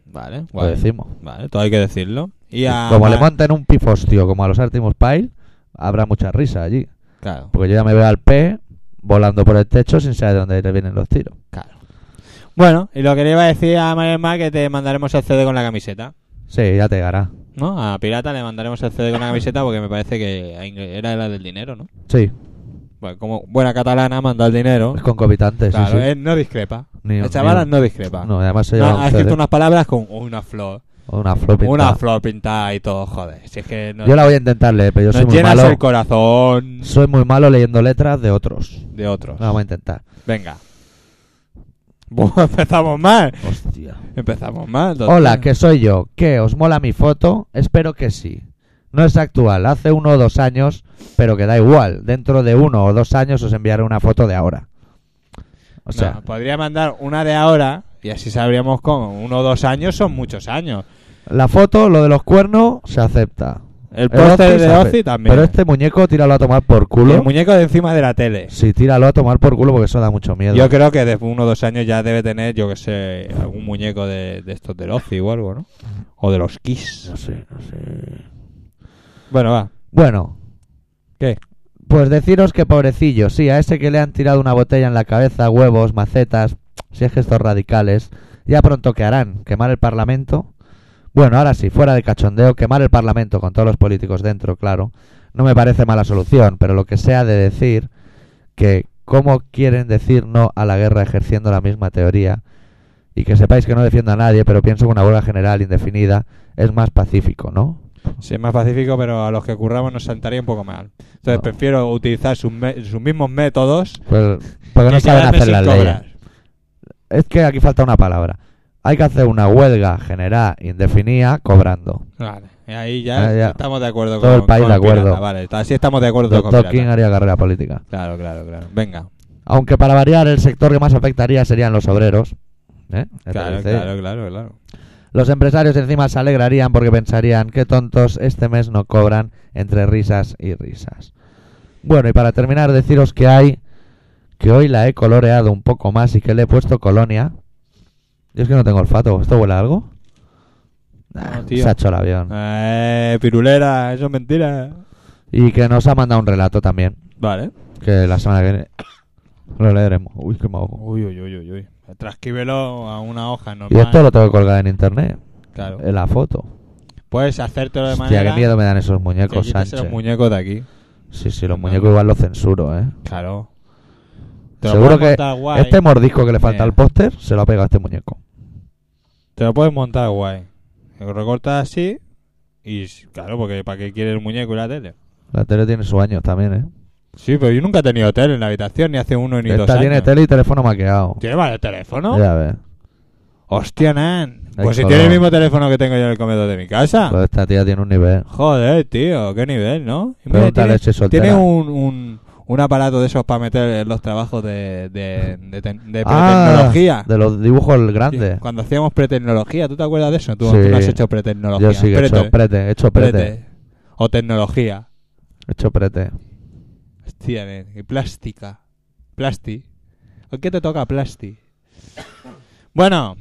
[SPEAKER 5] Vale,
[SPEAKER 2] Lo
[SPEAKER 5] guay.
[SPEAKER 2] decimos.
[SPEAKER 5] Vale, todo hay que decirlo. Y a-
[SPEAKER 2] Como le monten un pifostio como a los Artemis Pile, habrá mucha risa allí.
[SPEAKER 5] Claro,
[SPEAKER 2] Porque yo ya me veo al pez volando por el techo sin saber de dónde le vienen los tiros.
[SPEAKER 5] claro. Bueno, y lo que le iba a decir a Mario Mar que te mandaremos el CD con la camiseta.
[SPEAKER 2] Sí, ya te llegará.
[SPEAKER 5] ¿No? A Pirata le mandaremos el CD con la camiseta porque me parece que a Ingl- era la del dinero, ¿no?
[SPEAKER 2] Sí,
[SPEAKER 5] Bueno, pues como buena catalana manda el dinero.
[SPEAKER 2] es concomitante, sí,
[SPEAKER 5] Claro, eh,
[SPEAKER 2] sí.
[SPEAKER 5] él no discrepa.
[SPEAKER 2] Ni-
[SPEAKER 5] el
[SPEAKER 2] ni-
[SPEAKER 5] chaval no discrepa.
[SPEAKER 2] No, además se
[SPEAKER 5] No,
[SPEAKER 2] lleva un
[SPEAKER 5] ha escrito
[SPEAKER 2] CD,
[SPEAKER 5] unas palabras con una flor.
[SPEAKER 2] una flor pintada.
[SPEAKER 5] Una flor pintada y todo, joder. Si es que no-
[SPEAKER 2] Yo la voy a intentar leer, pero yo soy
[SPEAKER 5] nos
[SPEAKER 2] muy
[SPEAKER 5] llenas
[SPEAKER 2] malo.
[SPEAKER 5] el corazón
[SPEAKER 2] Soy muy malo leyendo letras de otros.
[SPEAKER 5] de otros.
[SPEAKER 2] Lo vamos a intentar.
[SPEAKER 5] Venga. Buah, empezamos mal.
[SPEAKER 2] Hostia.
[SPEAKER 5] Empezamos mal. doctor.
[SPEAKER 2] Hola, que soy yo. ¿Qué? ¿Os mola mi foto? Espero que sí. No es actual, hace uno o dos años, pero que da igual. Dentro de uno o dos años os enviaré una foto de ahora. O
[SPEAKER 5] No,
[SPEAKER 2] sea,
[SPEAKER 5] podría mandar una de ahora y así sabríamos cómo. Uno o dos años son muchos años.
[SPEAKER 2] la foto, lo de los cuernos, se acepta.
[SPEAKER 5] El
[SPEAKER 2] El
[SPEAKER 5] póster de
[SPEAKER 2] sabe.
[SPEAKER 5] Ozzy también.
[SPEAKER 2] Pero este muñeco, tíralo a tomar por
[SPEAKER 5] Y el
[SPEAKER 2] culo.
[SPEAKER 5] muñeco de encima de la tele.
[SPEAKER 2] Sí, tíralo a tomar por culo porque eso da mucho miedo.
[SPEAKER 5] Yo creo que de uno o dos años ya debe tener, yo que sé, algún muñeco de, de estos del Ozzy o algo, ¿no? O de los Kiss.
[SPEAKER 2] No sé, no sé.
[SPEAKER 5] Bueno, va.
[SPEAKER 2] Bueno.
[SPEAKER 5] ¿Qué?
[SPEAKER 2] Pues deciros que pobrecillo, sí, a ese que le han tirado una botella en la cabeza, huevos, macetas, si es que estos radicales, ya pronto que harán, quemar el Parlamento. Bueno, ahora sí, fuera de cachondeo, quemar el Parlamento con todos los políticos dentro, claro. No me parece mala solución, pero lo que sea de decir que cómo quieren decir no a la guerra ejerciendo la misma teoría y que sepáis que no defiendo a nadie, pero pienso que una huelga general indefinida es más pacífico, ¿no?
[SPEAKER 5] Sí, es más pacífico, pero a los que curramos nos saltaría un poco mal. Entonces
[SPEAKER 2] No.
[SPEAKER 5] prefiero utilizar sus, me- sus mismos métodos.
[SPEAKER 2] Pues- porque no
[SPEAKER 5] que
[SPEAKER 2] saben
[SPEAKER 5] quedarme
[SPEAKER 2] hacer
[SPEAKER 5] sin
[SPEAKER 2] las leyes.
[SPEAKER 5] cobrar.
[SPEAKER 2] Es que aquí falta una palabra. Hay que hacer una huelga general indefinida cobrando.
[SPEAKER 5] Vale, ahí ya,
[SPEAKER 2] Ah, ya.
[SPEAKER 5] estamos de acuerdo
[SPEAKER 2] Todo
[SPEAKER 5] con
[SPEAKER 2] el país
[SPEAKER 5] con
[SPEAKER 2] de acuerdo.
[SPEAKER 5] Pirata, Vale, así estamos de acuerdo con
[SPEAKER 2] Doctor King
[SPEAKER 5] Pirata.
[SPEAKER 2] haría carrera política.
[SPEAKER 5] Claro, claro, claro. Venga,
[SPEAKER 2] Aunque para variar el sector que más afectaría serían los obreros. ¿eh?
[SPEAKER 5] claro,
[SPEAKER 2] ETC.
[SPEAKER 5] claro, claro, claro.
[SPEAKER 2] Los empresarios encima se alegrarían porque pensarían qué tontos este mes no cobran entre risas y risas. Bueno, y para terminar deciros que hay que hoy la he coloreado un poco más y que le he puesto colonia. Yo es que no tengo olfato, ¿esto huele a algo? Nah,
[SPEAKER 5] tío.
[SPEAKER 2] se ha hecho el avión.
[SPEAKER 5] Eh, pirulera, eso es mentira.
[SPEAKER 2] Y que nos ha mandado un relato también,
[SPEAKER 5] Vale.
[SPEAKER 2] que la semana que viene lo leeremos. Uy, qué me ahogo.
[SPEAKER 5] Uy, uy, uy, uy, uy. Transcríbelo a una hoja
[SPEAKER 2] Y
[SPEAKER 5] normal.
[SPEAKER 2] esto lo tengo que colgar en internet,
[SPEAKER 5] Claro.
[SPEAKER 2] en la foto.
[SPEAKER 5] Puedes hacértelo de
[SPEAKER 2] Hostia, qué
[SPEAKER 5] manera
[SPEAKER 2] miedo me dan esos
[SPEAKER 5] que
[SPEAKER 2] muñecos,
[SPEAKER 5] quites
[SPEAKER 2] Sánchez.
[SPEAKER 5] los muñecos de aquí.
[SPEAKER 2] Sí, sí, los muñecos igual los censuro, ¿eh.
[SPEAKER 5] Claro. Te lo
[SPEAKER 2] Seguro
[SPEAKER 5] puedes
[SPEAKER 2] que
[SPEAKER 5] montar guay. Eh.
[SPEAKER 2] este mordisco que le falta
[SPEAKER 5] Mira.
[SPEAKER 2] al póster se lo ha pegado a este muñeco.
[SPEAKER 5] Te lo puedes montar guay. Lo recortas así y claro, porque ¿para qué quiere el muñeco y la tele?
[SPEAKER 2] La tele tiene sus años también, ¿eh?
[SPEAKER 5] Sí, pero yo nunca he tenido tele en la habitación, ni hace uno ni dos
[SPEAKER 2] Esta
[SPEAKER 5] años.
[SPEAKER 2] tiene tele y teléfono maqueado.
[SPEAKER 5] ¿Tiene vale teléfono?
[SPEAKER 2] Ya ves.
[SPEAKER 5] Hostia, Nan.
[SPEAKER 2] Ay,
[SPEAKER 5] Pues si
[SPEAKER 2] joder.
[SPEAKER 5] tiene el mismo teléfono que tengo yo en el comedor de mi casa.
[SPEAKER 2] Pues esta tía tiene un nivel.
[SPEAKER 5] Joder, tío, qué nivel, ¿no? Y mira,
[SPEAKER 2] Pregúntale
[SPEAKER 5] tiene
[SPEAKER 2] si es soltera.
[SPEAKER 5] tiene un, un, un aparato de esos para meter en los trabajos de, de, de, te- de
[SPEAKER 2] Ah,
[SPEAKER 5] pretecnología.
[SPEAKER 2] de los dibujos
[SPEAKER 5] Tío,
[SPEAKER 2] grandes.
[SPEAKER 5] Cuando hacíamos pretecnología, ¿tú te acuerdas de eso? Tú,
[SPEAKER 2] Sí.
[SPEAKER 5] tú no has hecho pretecnología.
[SPEAKER 2] Yo sí que he hecho
[SPEAKER 5] Prete,
[SPEAKER 2] prete, he hecho prete.
[SPEAKER 5] prete. O tecnología.
[SPEAKER 2] He hecho prete.
[SPEAKER 5] Hostia, nen. Y plástica. Plasti. ¿O qué te toca plasti? Bueno,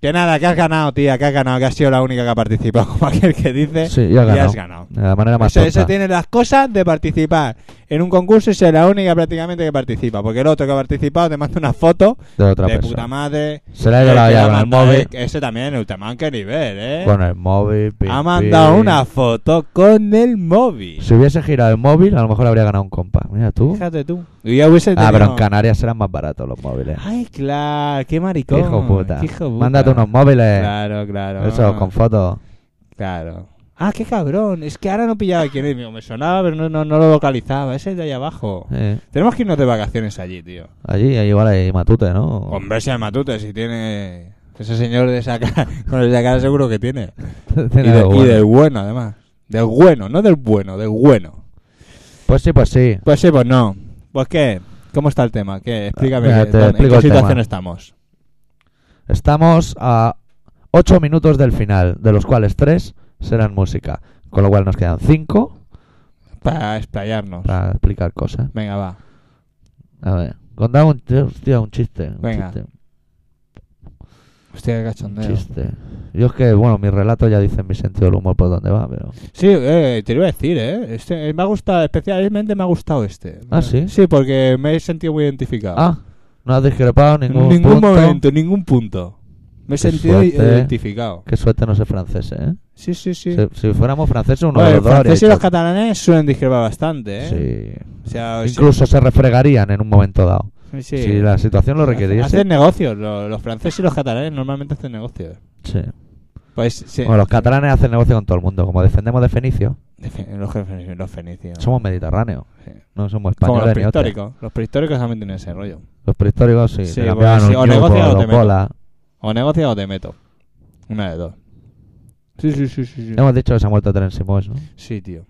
[SPEAKER 5] que nada, que has ganado, tía, que has ganado, que has sido la única que ha participado, como aquel que dice.
[SPEAKER 2] Sí, ya he
[SPEAKER 5] Eh, y
[SPEAKER 2] ganado.
[SPEAKER 5] has ganado.
[SPEAKER 2] De la manera más
[SPEAKER 5] Ese, ese
[SPEAKER 2] tonta.
[SPEAKER 5] tiene las cosas de participar en un concurso y ser la única prácticamente que participa. Porque el otro que ha participado te manda una foto
[SPEAKER 2] de otra
[SPEAKER 5] de puta
[SPEAKER 2] persona.
[SPEAKER 5] madre.
[SPEAKER 2] Se le ha
[SPEAKER 5] eh,
[SPEAKER 2] ido la
[SPEAKER 5] que
[SPEAKER 2] olla
[SPEAKER 5] ha
[SPEAKER 2] con el
[SPEAKER 5] mandado-
[SPEAKER 2] móvil.
[SPEAKER 5] eh, Ese también, Ultraman, qué nivel, ¿eh?
[SPEAKER 2] Con el móvil. pim,
[SPEAKER 5] ha mandado
[SPEAKER 2] pim.
[SPEAKER 5] una foto con el móvil.
[SPEAKER 2] Si hubiese girado el móvil, a lo mejor habría ganado un compa. Mira tú.
[SPEAKER 5] Fíjate tú. Y ya hubiese
[SPEAKER 2] Ah, pero en
[SPEAKER 5] tenido-
[SPEAKER 2] Canarias serán más baratos los móviles.
[SPEAKER 5] Ay, claro, qué maricón.
[SPEAKER 2] Hijo puta.
[SPEAKER 5] qué hijo puta.
[SPEAKER 2] Mándate unos móviles.
[SPEAKER 5] Claro, claro.
[SPEAKER 2] Eso, con fotos.
[SPEAKER 5] Claro. Ah, qué cabrón. Es que ahora no pillaba quién es. Me sonaba, pero no, no, no lo localizaba. Ese de ahí abajo.
[SPEAKER 2] Eh,
[SPEAKER 5] Tenemos que irnos de vacaciones allí, tío.
[SPEAKER 2] allí igual hay matute, ¿no?
[SPEAKER 5] Hombre, sea matute, si tiene. Ese señor de esa cara, con el de esa cara seguro que tiene. Y,
[SPEAKER 2] Tiene
[SPEAKER 5] de-
[SPEAKER 2] algo
[SPEAKER 5] y
[SPEAKER 2] bueno.
[SPEAKER 5] del bueno, además. Del bueno, no del bueno, del bueno.
[SPEAKER 2] Pues sí, pues sí.
[SPEAKER 5] Pues sí, pues no. Pues qué. ¿Cómo está el tema? ¿Qué? Explícame.
[SPEAKER 2] Mira,
[SPEAKER 5] qué-
[SPEAKER 2] te
[SPEAKER 5] dónde- ¿En
[SPEAKER 2] explico
[SPEAKER 5] qué
[SPEAKER 2] el
[SPEAKER 5] situación
[SPEAKER 2] tema.
[SPEAKER 5] estamos?
[SPEAKER 2] Estamos a 8 minutos del final, de los cuales 3 serán música. Con lo cual nos quedan 5
[SPEAKER 5] Para explayarnos.
[SPEAKER 2] para explicar cosas.
[SPEAKER 5] Venga, va.
[SPEAKER 2] A ver, contad un, hostia, un chiste. un
[SPEAKER 5] Venga.
[SPEAKER 2] chiste.
[SPEAKER 5] Hostia, qué
[SPEAKER 2] Un
[SPEAKER 5] cachondeo.
[SPEAKER 2] chiste. Yo es que, bueno, mis relatos ya dicen mi sentido del humor por dónde va, pero.
[SPEAKER 5] Sí, eh, te lo iba a decir, ¿eh? Este, eh, me ha gustado, especialmente me ha gustado este.
[SPEAKER 2] Ah, ¿sí?
[SPEAKER 5] Sí, porque me he sentido muy identificado.
[SPEAKER 2] Ah, no has discrepado en
[SPEAKER 5] en
[SPEAKER 2] ningún,
[SPEAKER 5] ningún,
[SPEAKER 2] punto.
[SPEAKER 5] momento, en ningún punto. Me
[SPEAKER 2] Qué
[SPEAKER 5] he sentido i-
[SPEAKER 2] suerte.
[SPEAKER 5] identificado.
[SPEAKER 2] Qué suerte no ser francés, ¿eh?
[SPEAKER 5] Sí, sí, sí.
[SPEAKER 2] Si, si fuéramos franceses, uno
[SPEAKER 5] Bueno,
[SPEAKER 2] de
[SPEAKER 5] los
[SPEAKER 2] los dos. habría
[SPEAKER 5] franceses y los
[SPEAKER 2] dicho-
[SPEAKER 5] catalanes suelen discrepar bastante, ¿eh?
[SPEAKER 2] Sí.
[SPEAKER 5] O sea,
[SPEAKER 2] Incluso se refregarían en un momento dado.
[SPEAKER 5] sí, sí.
[SPEAKER 2] Si la situación lo requiriese.
[SPEAKER 5] Hacen negocios. lo- los franceses y los catalanes normalmente hacen negocios.
[SPEAKER 2] Sí.
[SPEAKER 5] Pues sí.
[SPEAKER 2] Bueno, los catalanes hacen negocio con todo el mundo. Como descendemos de Fenicio,
[SPEAKER 5] De fe- Los, fe- los fenicios.
[SPEAKER 2] somos mediterráneos.
[SPEAKER 5] Sí.
[SPEAKER 2] No somos
[SPEAKER 5] Como los
[SPEAKER 2] españoles ni hostias.
[SPEAKER 5] prehistóricos. Los prehistóricos también tienen ese rollo.
[SPEAKER 2] Los prehistóricos sí.
[SPEAKER 5] Sí,
[SPEAKER 2] te
[SPEAKER 5] bueno,
[SPEAKER 2] cambiaban
[SPEAKER 5] sí,
[SPEAKER 2] un
[SPEAKER 5] o
[SPEAKER 2] yugo,
[SPEAKER 5] negocia o
[SPEAKER 2] dos
[SPEAKER 5] te meto.
[SPEAKER 2] bolas.
[SPEAKER 5] O negocio o te meto. Una de dos. Sí, sí, sí, sí. Sí,
[SPEAKER 2] Hemos dicho que se ha muerto Tren Simón, ¿no?
[SPEAKER 5] Sí, tío.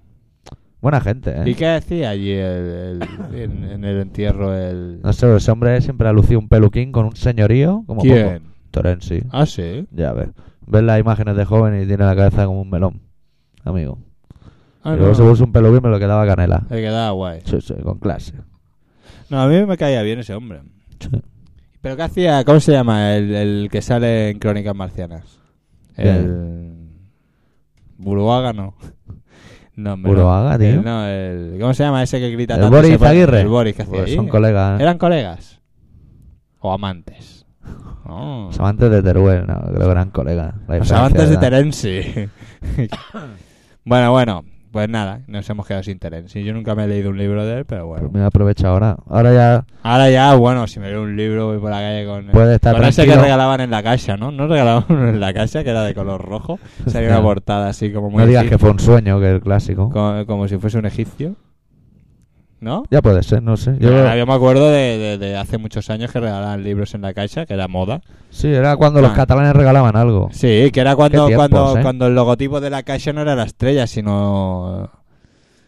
[SPEAKER 2] Buena gente, ¿eh?
[SPEAKER 5] ¿Y qué decía allí el- el- en, en el entierro el...
[SPEAKER 2] No sé, ese hombre siempre ha lucido un peluquín con un señorío. Como
[SPEAKER 5] ¿Quién?
[SPEAKER 2] poco. Terenzi.
[SPEAKER 5] Ah, sí.
[SPEAKER 2] Ya ves. Ves las imágenes de joven y tiene la cabeza como un melón. Amigo.
[SPEAKER 5] Ah,
[SPEAKER 2] y luego
[SPEAKER 5] no.
[SPEAKER 2] se puso un peluquín y me lo quedaba canela.
[SPEAKER 5] El que daba guay.
[SPEAKER 2] Sí, sí, con clase.
[SPEAKER 5] No, a mí me caía bien ese hombre.
[SPEAKER 2] Sí.
[SPEAKER 5] ¿Pero qué hacía? ¿Cómo se llama el, el que sale en Crónicas Marcianas? El... Buruaga, no. No, hombre, no.
[SPEAKER 2] Buruaga, tío.
[SPEAKER 5] El- no, el... ¿Cómo se llama ese que grita
[SPEAKER 2] ¿El
[SPEAKER 5] tanto?
[SPEAKER 2] Boris
[SPEAKER 5] Se pone-
[SPEAKER 2] Aguirre?
[SPEAKER 5] El Boris, que hacía
[SPEAKER 2] Pues
[SPEAKER 5] ahí?
[SPEAKER 2] son colegas.
[SPEAKER 5] ¿Eran colegas? ¿O amantes? No.
[SPEAKER 2] Los amantes de Teruel, no, creo que eran colegas. La
[SPEAKER 5] Eh. Los
[SPEAKER 2] diferencia
[SPEAKER 5] amantes
[SPEAKER 2] Pues
[SPEAKER 5] de
[SPEAKER 2] edad.
[SPEAKER 5] Terenzi. bueno, bueno, pues nada, nos hemos quedado sin Terenzi. Yo nunca me he leído un libro de él, pero
[SPEAKER 2] Pues
[SPEAKER 5] bueno.
[SPEAKER 2] mira, aprovecha ahora. Ahora ya
[SPEAKER 5] Ahora ya, bueno, si me leo un libro voy por la calle con...
[SPEAKER 2] puede estar
[SPEAKER 5] con ese que
[SPEAKER 2] tranquilo.
[SPEAKER 5] regalaban en la casa, ¿no? No regalaban uno en la casa, que era de color rojo. Salía una
[SPEAKER 2] Ya.
[SPEAKER 5] portada así como muy...
[SPEAKER 2] No digas
[SPEAKER 5] egip-
[SPEAKER 2] que fue un sueño, que el clásico.
[SPEAKER 5] co- como si fuese un egipcio. ¿No?
[SPEAKER 2] Ya puede ser, no sé. Yo
[SPEAKER 5] Yo,
[SPEAKER 2] creo-
[SPEAKER 5] me acuerdo de, de- de hace muchos años que regalaban libros en la caixa, que era moda.
[SPEAKER 2] Sí, era cuando
[SPEAKER 5] Ah.
[SPEAKER 2] los catalanes regalaban algo.
[SPEAKER 5] Sí, que era cuando
[SPEAKER 2] Qué tiempos,
[SPEAKER 5] cuando,
[SPEAKER 2] ¿eh?
[SPEAKER 5] cuando el logotipo de la caixa no era la estrella, sino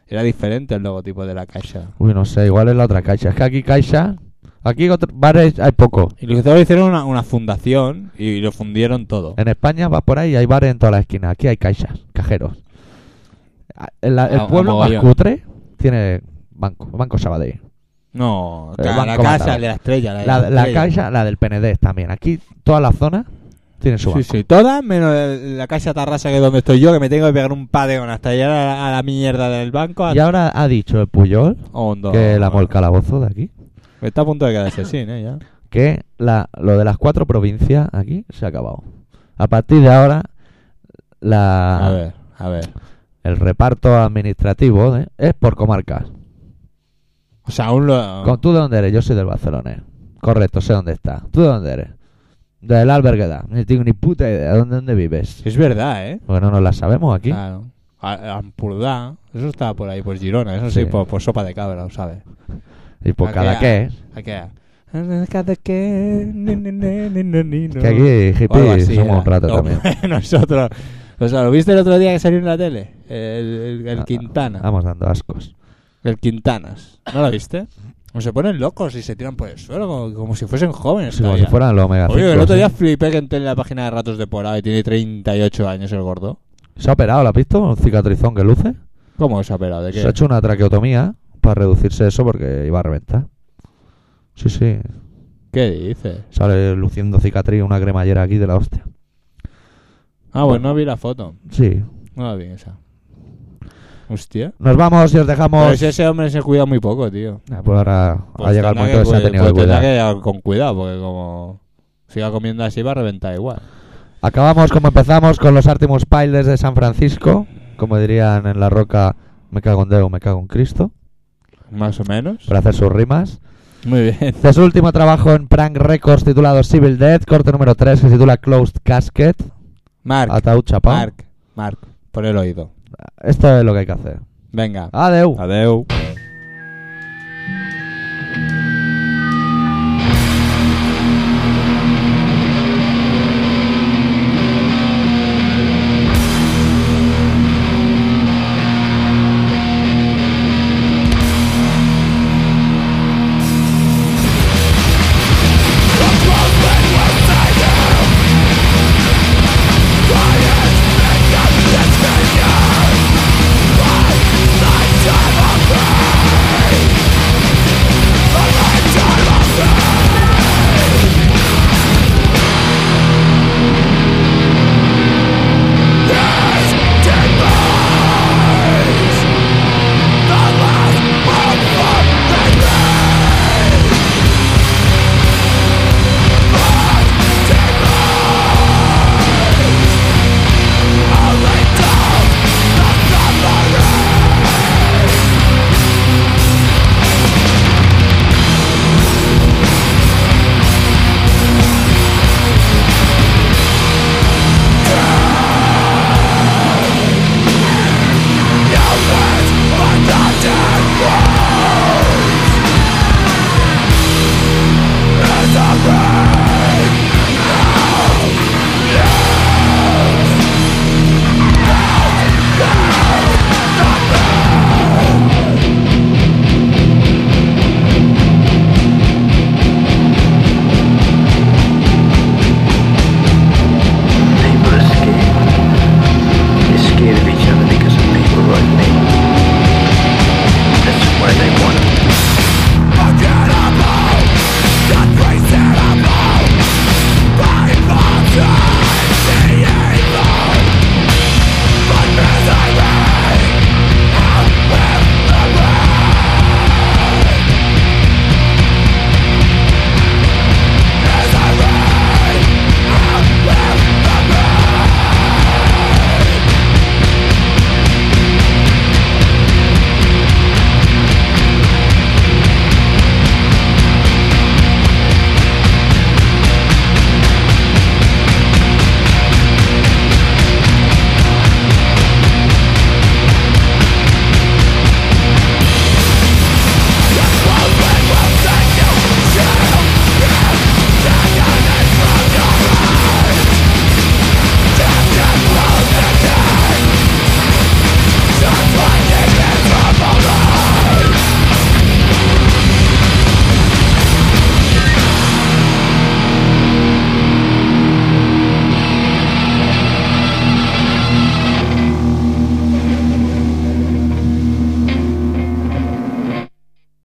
[SPEAKER 5] era diferente el logotipo de la caixa.
[SPEAKER 2] Uy, no sé, igual es la otra caixa. Es que aquí caixa, aquí otro- bares hay poco.
[SPEAKER 5] Y los que hicieron una, una fundación y lo fundieron todo.
[SPEAKER 2] En España vas por ahí y hay bares en toda la esquina. Aquí hay caixas, cajeros. Ah, en la- el
[SPEAKER 5] A- a
[SPEAKER 2] pueblo más
[SPEAKER 5] mogollón.
[SPEAKER 2] cutre tiene banco, Banco Sabadell.
[SPEAKER 5] No,
[SPEAKER 2] El
[SPEAKER 5] claro, la
[SPEAKER 2] eh, Banco
[SPEAKER 5] casa,
[SPEAKER 2] Matador.
[SPEAKER 5] el de la estrella. La, de
[SPEAKER 2] La, la
[SPEAKER 5] estrella.
[SPEAKER 2] caixa, la del PND también. Aquí toda la zona tiene su
[SPEAKER 5] Sí,
[SPEAKER 2] banco.
[SPEAKER 5] sí, todas menos el- la caixa Tarrasa que es donde estoy yo, que me tengo que pegar un padeón hasta llegar a la, a la mierda del banco.
[SPEAKER 2] Y ahora ha dicho el Puyol
[SPEAKER 5] Hondo.
[SPEAKER 2] que la el calabozo de aquí.
[SPEAKER 5] Está a punto de quedarse sin, ¿eh? Ya.
[SPEAKER 2] Que la, lo de las cuatro provincias aquí se ha acabado. A partir de ahora,
[SPEAKER 5] A
[SPEAKER 2] la,
[SPEAKER 5] ver, a ver.
[SPEAKER 2] el reparto administrativo ¿eh? es por comarcas.
[SPEAKER 5] O sea, aún lo...
[SPEAKER 2] Con, ¿Tú de dónde eres? Yo soy del Barcelona. Correcto, sé dónde está. ¿Tú de dónde eres? Del Albergueda. No tengo ni puta idea de dónde, dónde vives.
[SPEAKER 5] Es verdad, ¿eh?
[SPEAKER 2] Porque no nos la sabemos aquí.
[SPEAKER 5] Claro. A- Ampurdá, eso estaba por ahí, por Girona, eso sí, pues,
[SPEAKER 2] Sí.
[SPEAKER 5] por, por sopa de cabra, lo sabes.
[SPEAKER 2] y por
[SPEAKER 5] ¿a
[SPEAKER 2] cada
[SPEAKER 5] qué?
[SPEAKER 2] qué es.
[SPEAKER 5] Aquí. Cada que ni, ni, ni, ni, ni, ni, no.
[SPEAKER 2] Que aquí,
[SPEAKER 5] O algo
[SPEAKER 2] hippie,
[SPEAKER 5] así
[SPEAKER 2] somos
[SPEAKER 5] era.
[SPEAKER 2] un rato
[SPEAKER 5] No,
[SPEAKER 2] también.
[SPEAKER 5] Nosotros. O sea, ¿lo viste el otro día que salió en la tele? El, el- el
[SPEAKER 2] Ah,
[SPEAKER 5] Quintana.
[SPEAKER 2] Vamos dando ascos.
[SPEAKER 5] El Quintanas. ¿No lo viste? O se ponen locos y se tiran por el suelo como, como si fuesen jóvenes.
[SPEAKER 2] Sí, como si
[SPEAKER 5] todavía.
[SPEAKER 2] fueran los ¿eh? Omega
[SPEAKER 5] Oye, el
[SPEAKER 2] 5,
[SPEAKER 5] otro
[SPEAKER 2] sí.
[SPEAKER 5] día flipé que entré en la página de Ratos de Porada y tiene 38 años el gordo.
[SPEAKER 2] Se ha operado, ¿lo has visto? Un cicatrizón que luce.
[SPEAKER 5] ¿Cómo se ha operado? ¿De qué?
[SPEAKER 2] Se ha hecho una traqueotomía para reducirse eso porque iba a reventar. Sí, sí.
[SPEAKER 5] ¿Qué dices?
[SPEAKER 2] Sale luciendo cicatriz una cremallera aquí de la hostia.
[SPEAKER 5] Ah, pues no vi la foto.
[SPEAKER 2] Sí.
[SPEAKER 5] No la vi esa. Hostia.
[SPEAKER 2] Nos vamos y os
[SPEAKER 5] Pero
[SPEAKER 2] dejamos.
[SPEAKER 5] si ese hombre se cuida muy poco, tío.
[SPEAKER 2] Ah, Pues ahora
[SPEAKER 5] Pues
[SPEAKER 2] Pues ha llegado el
[SPEAKER 5] tendrá
[SPEAKER 2] momento que, se ha
[SPEAKER 5] cuida-
[SPEAKER 2] tenido
[SPEAKER 5] pues
[SPEAKER 2] que
[SPEAKER 5] tendrá
[SPEAKER 2] cuidar.
[SPEAKER 5] que ir con cuidado, porque como siga comiendo así va a reventar igual.
[SPEAKER 2] Acabamos como empezamos con los Artemus Piles de San Francisco. Como dirían en La Roca, me cago en Deo, me cago en Cristo.
[SPEAKER 5] Más o menos.
[SPEAKER 2] Para hacer sus rimas.
[SPEAKER 5] Muy bien.
[SPEAKER 2] De su último trabajo en Prank Records titulado Civil Death, corte número 3 que se titula Closed Casket,
[SPEAKER 5] Mark,
[SPEAKER 2] ataúd chapado.
[SPEAKER 5] Mark, Mark. Pon el oído.
[SPEAKER 2] Esto es lo que hay que hacer.
[SPEAKER 5] Venga.
[SPEAKER 2] Adeu.
[SPEAKER 5] Adeu.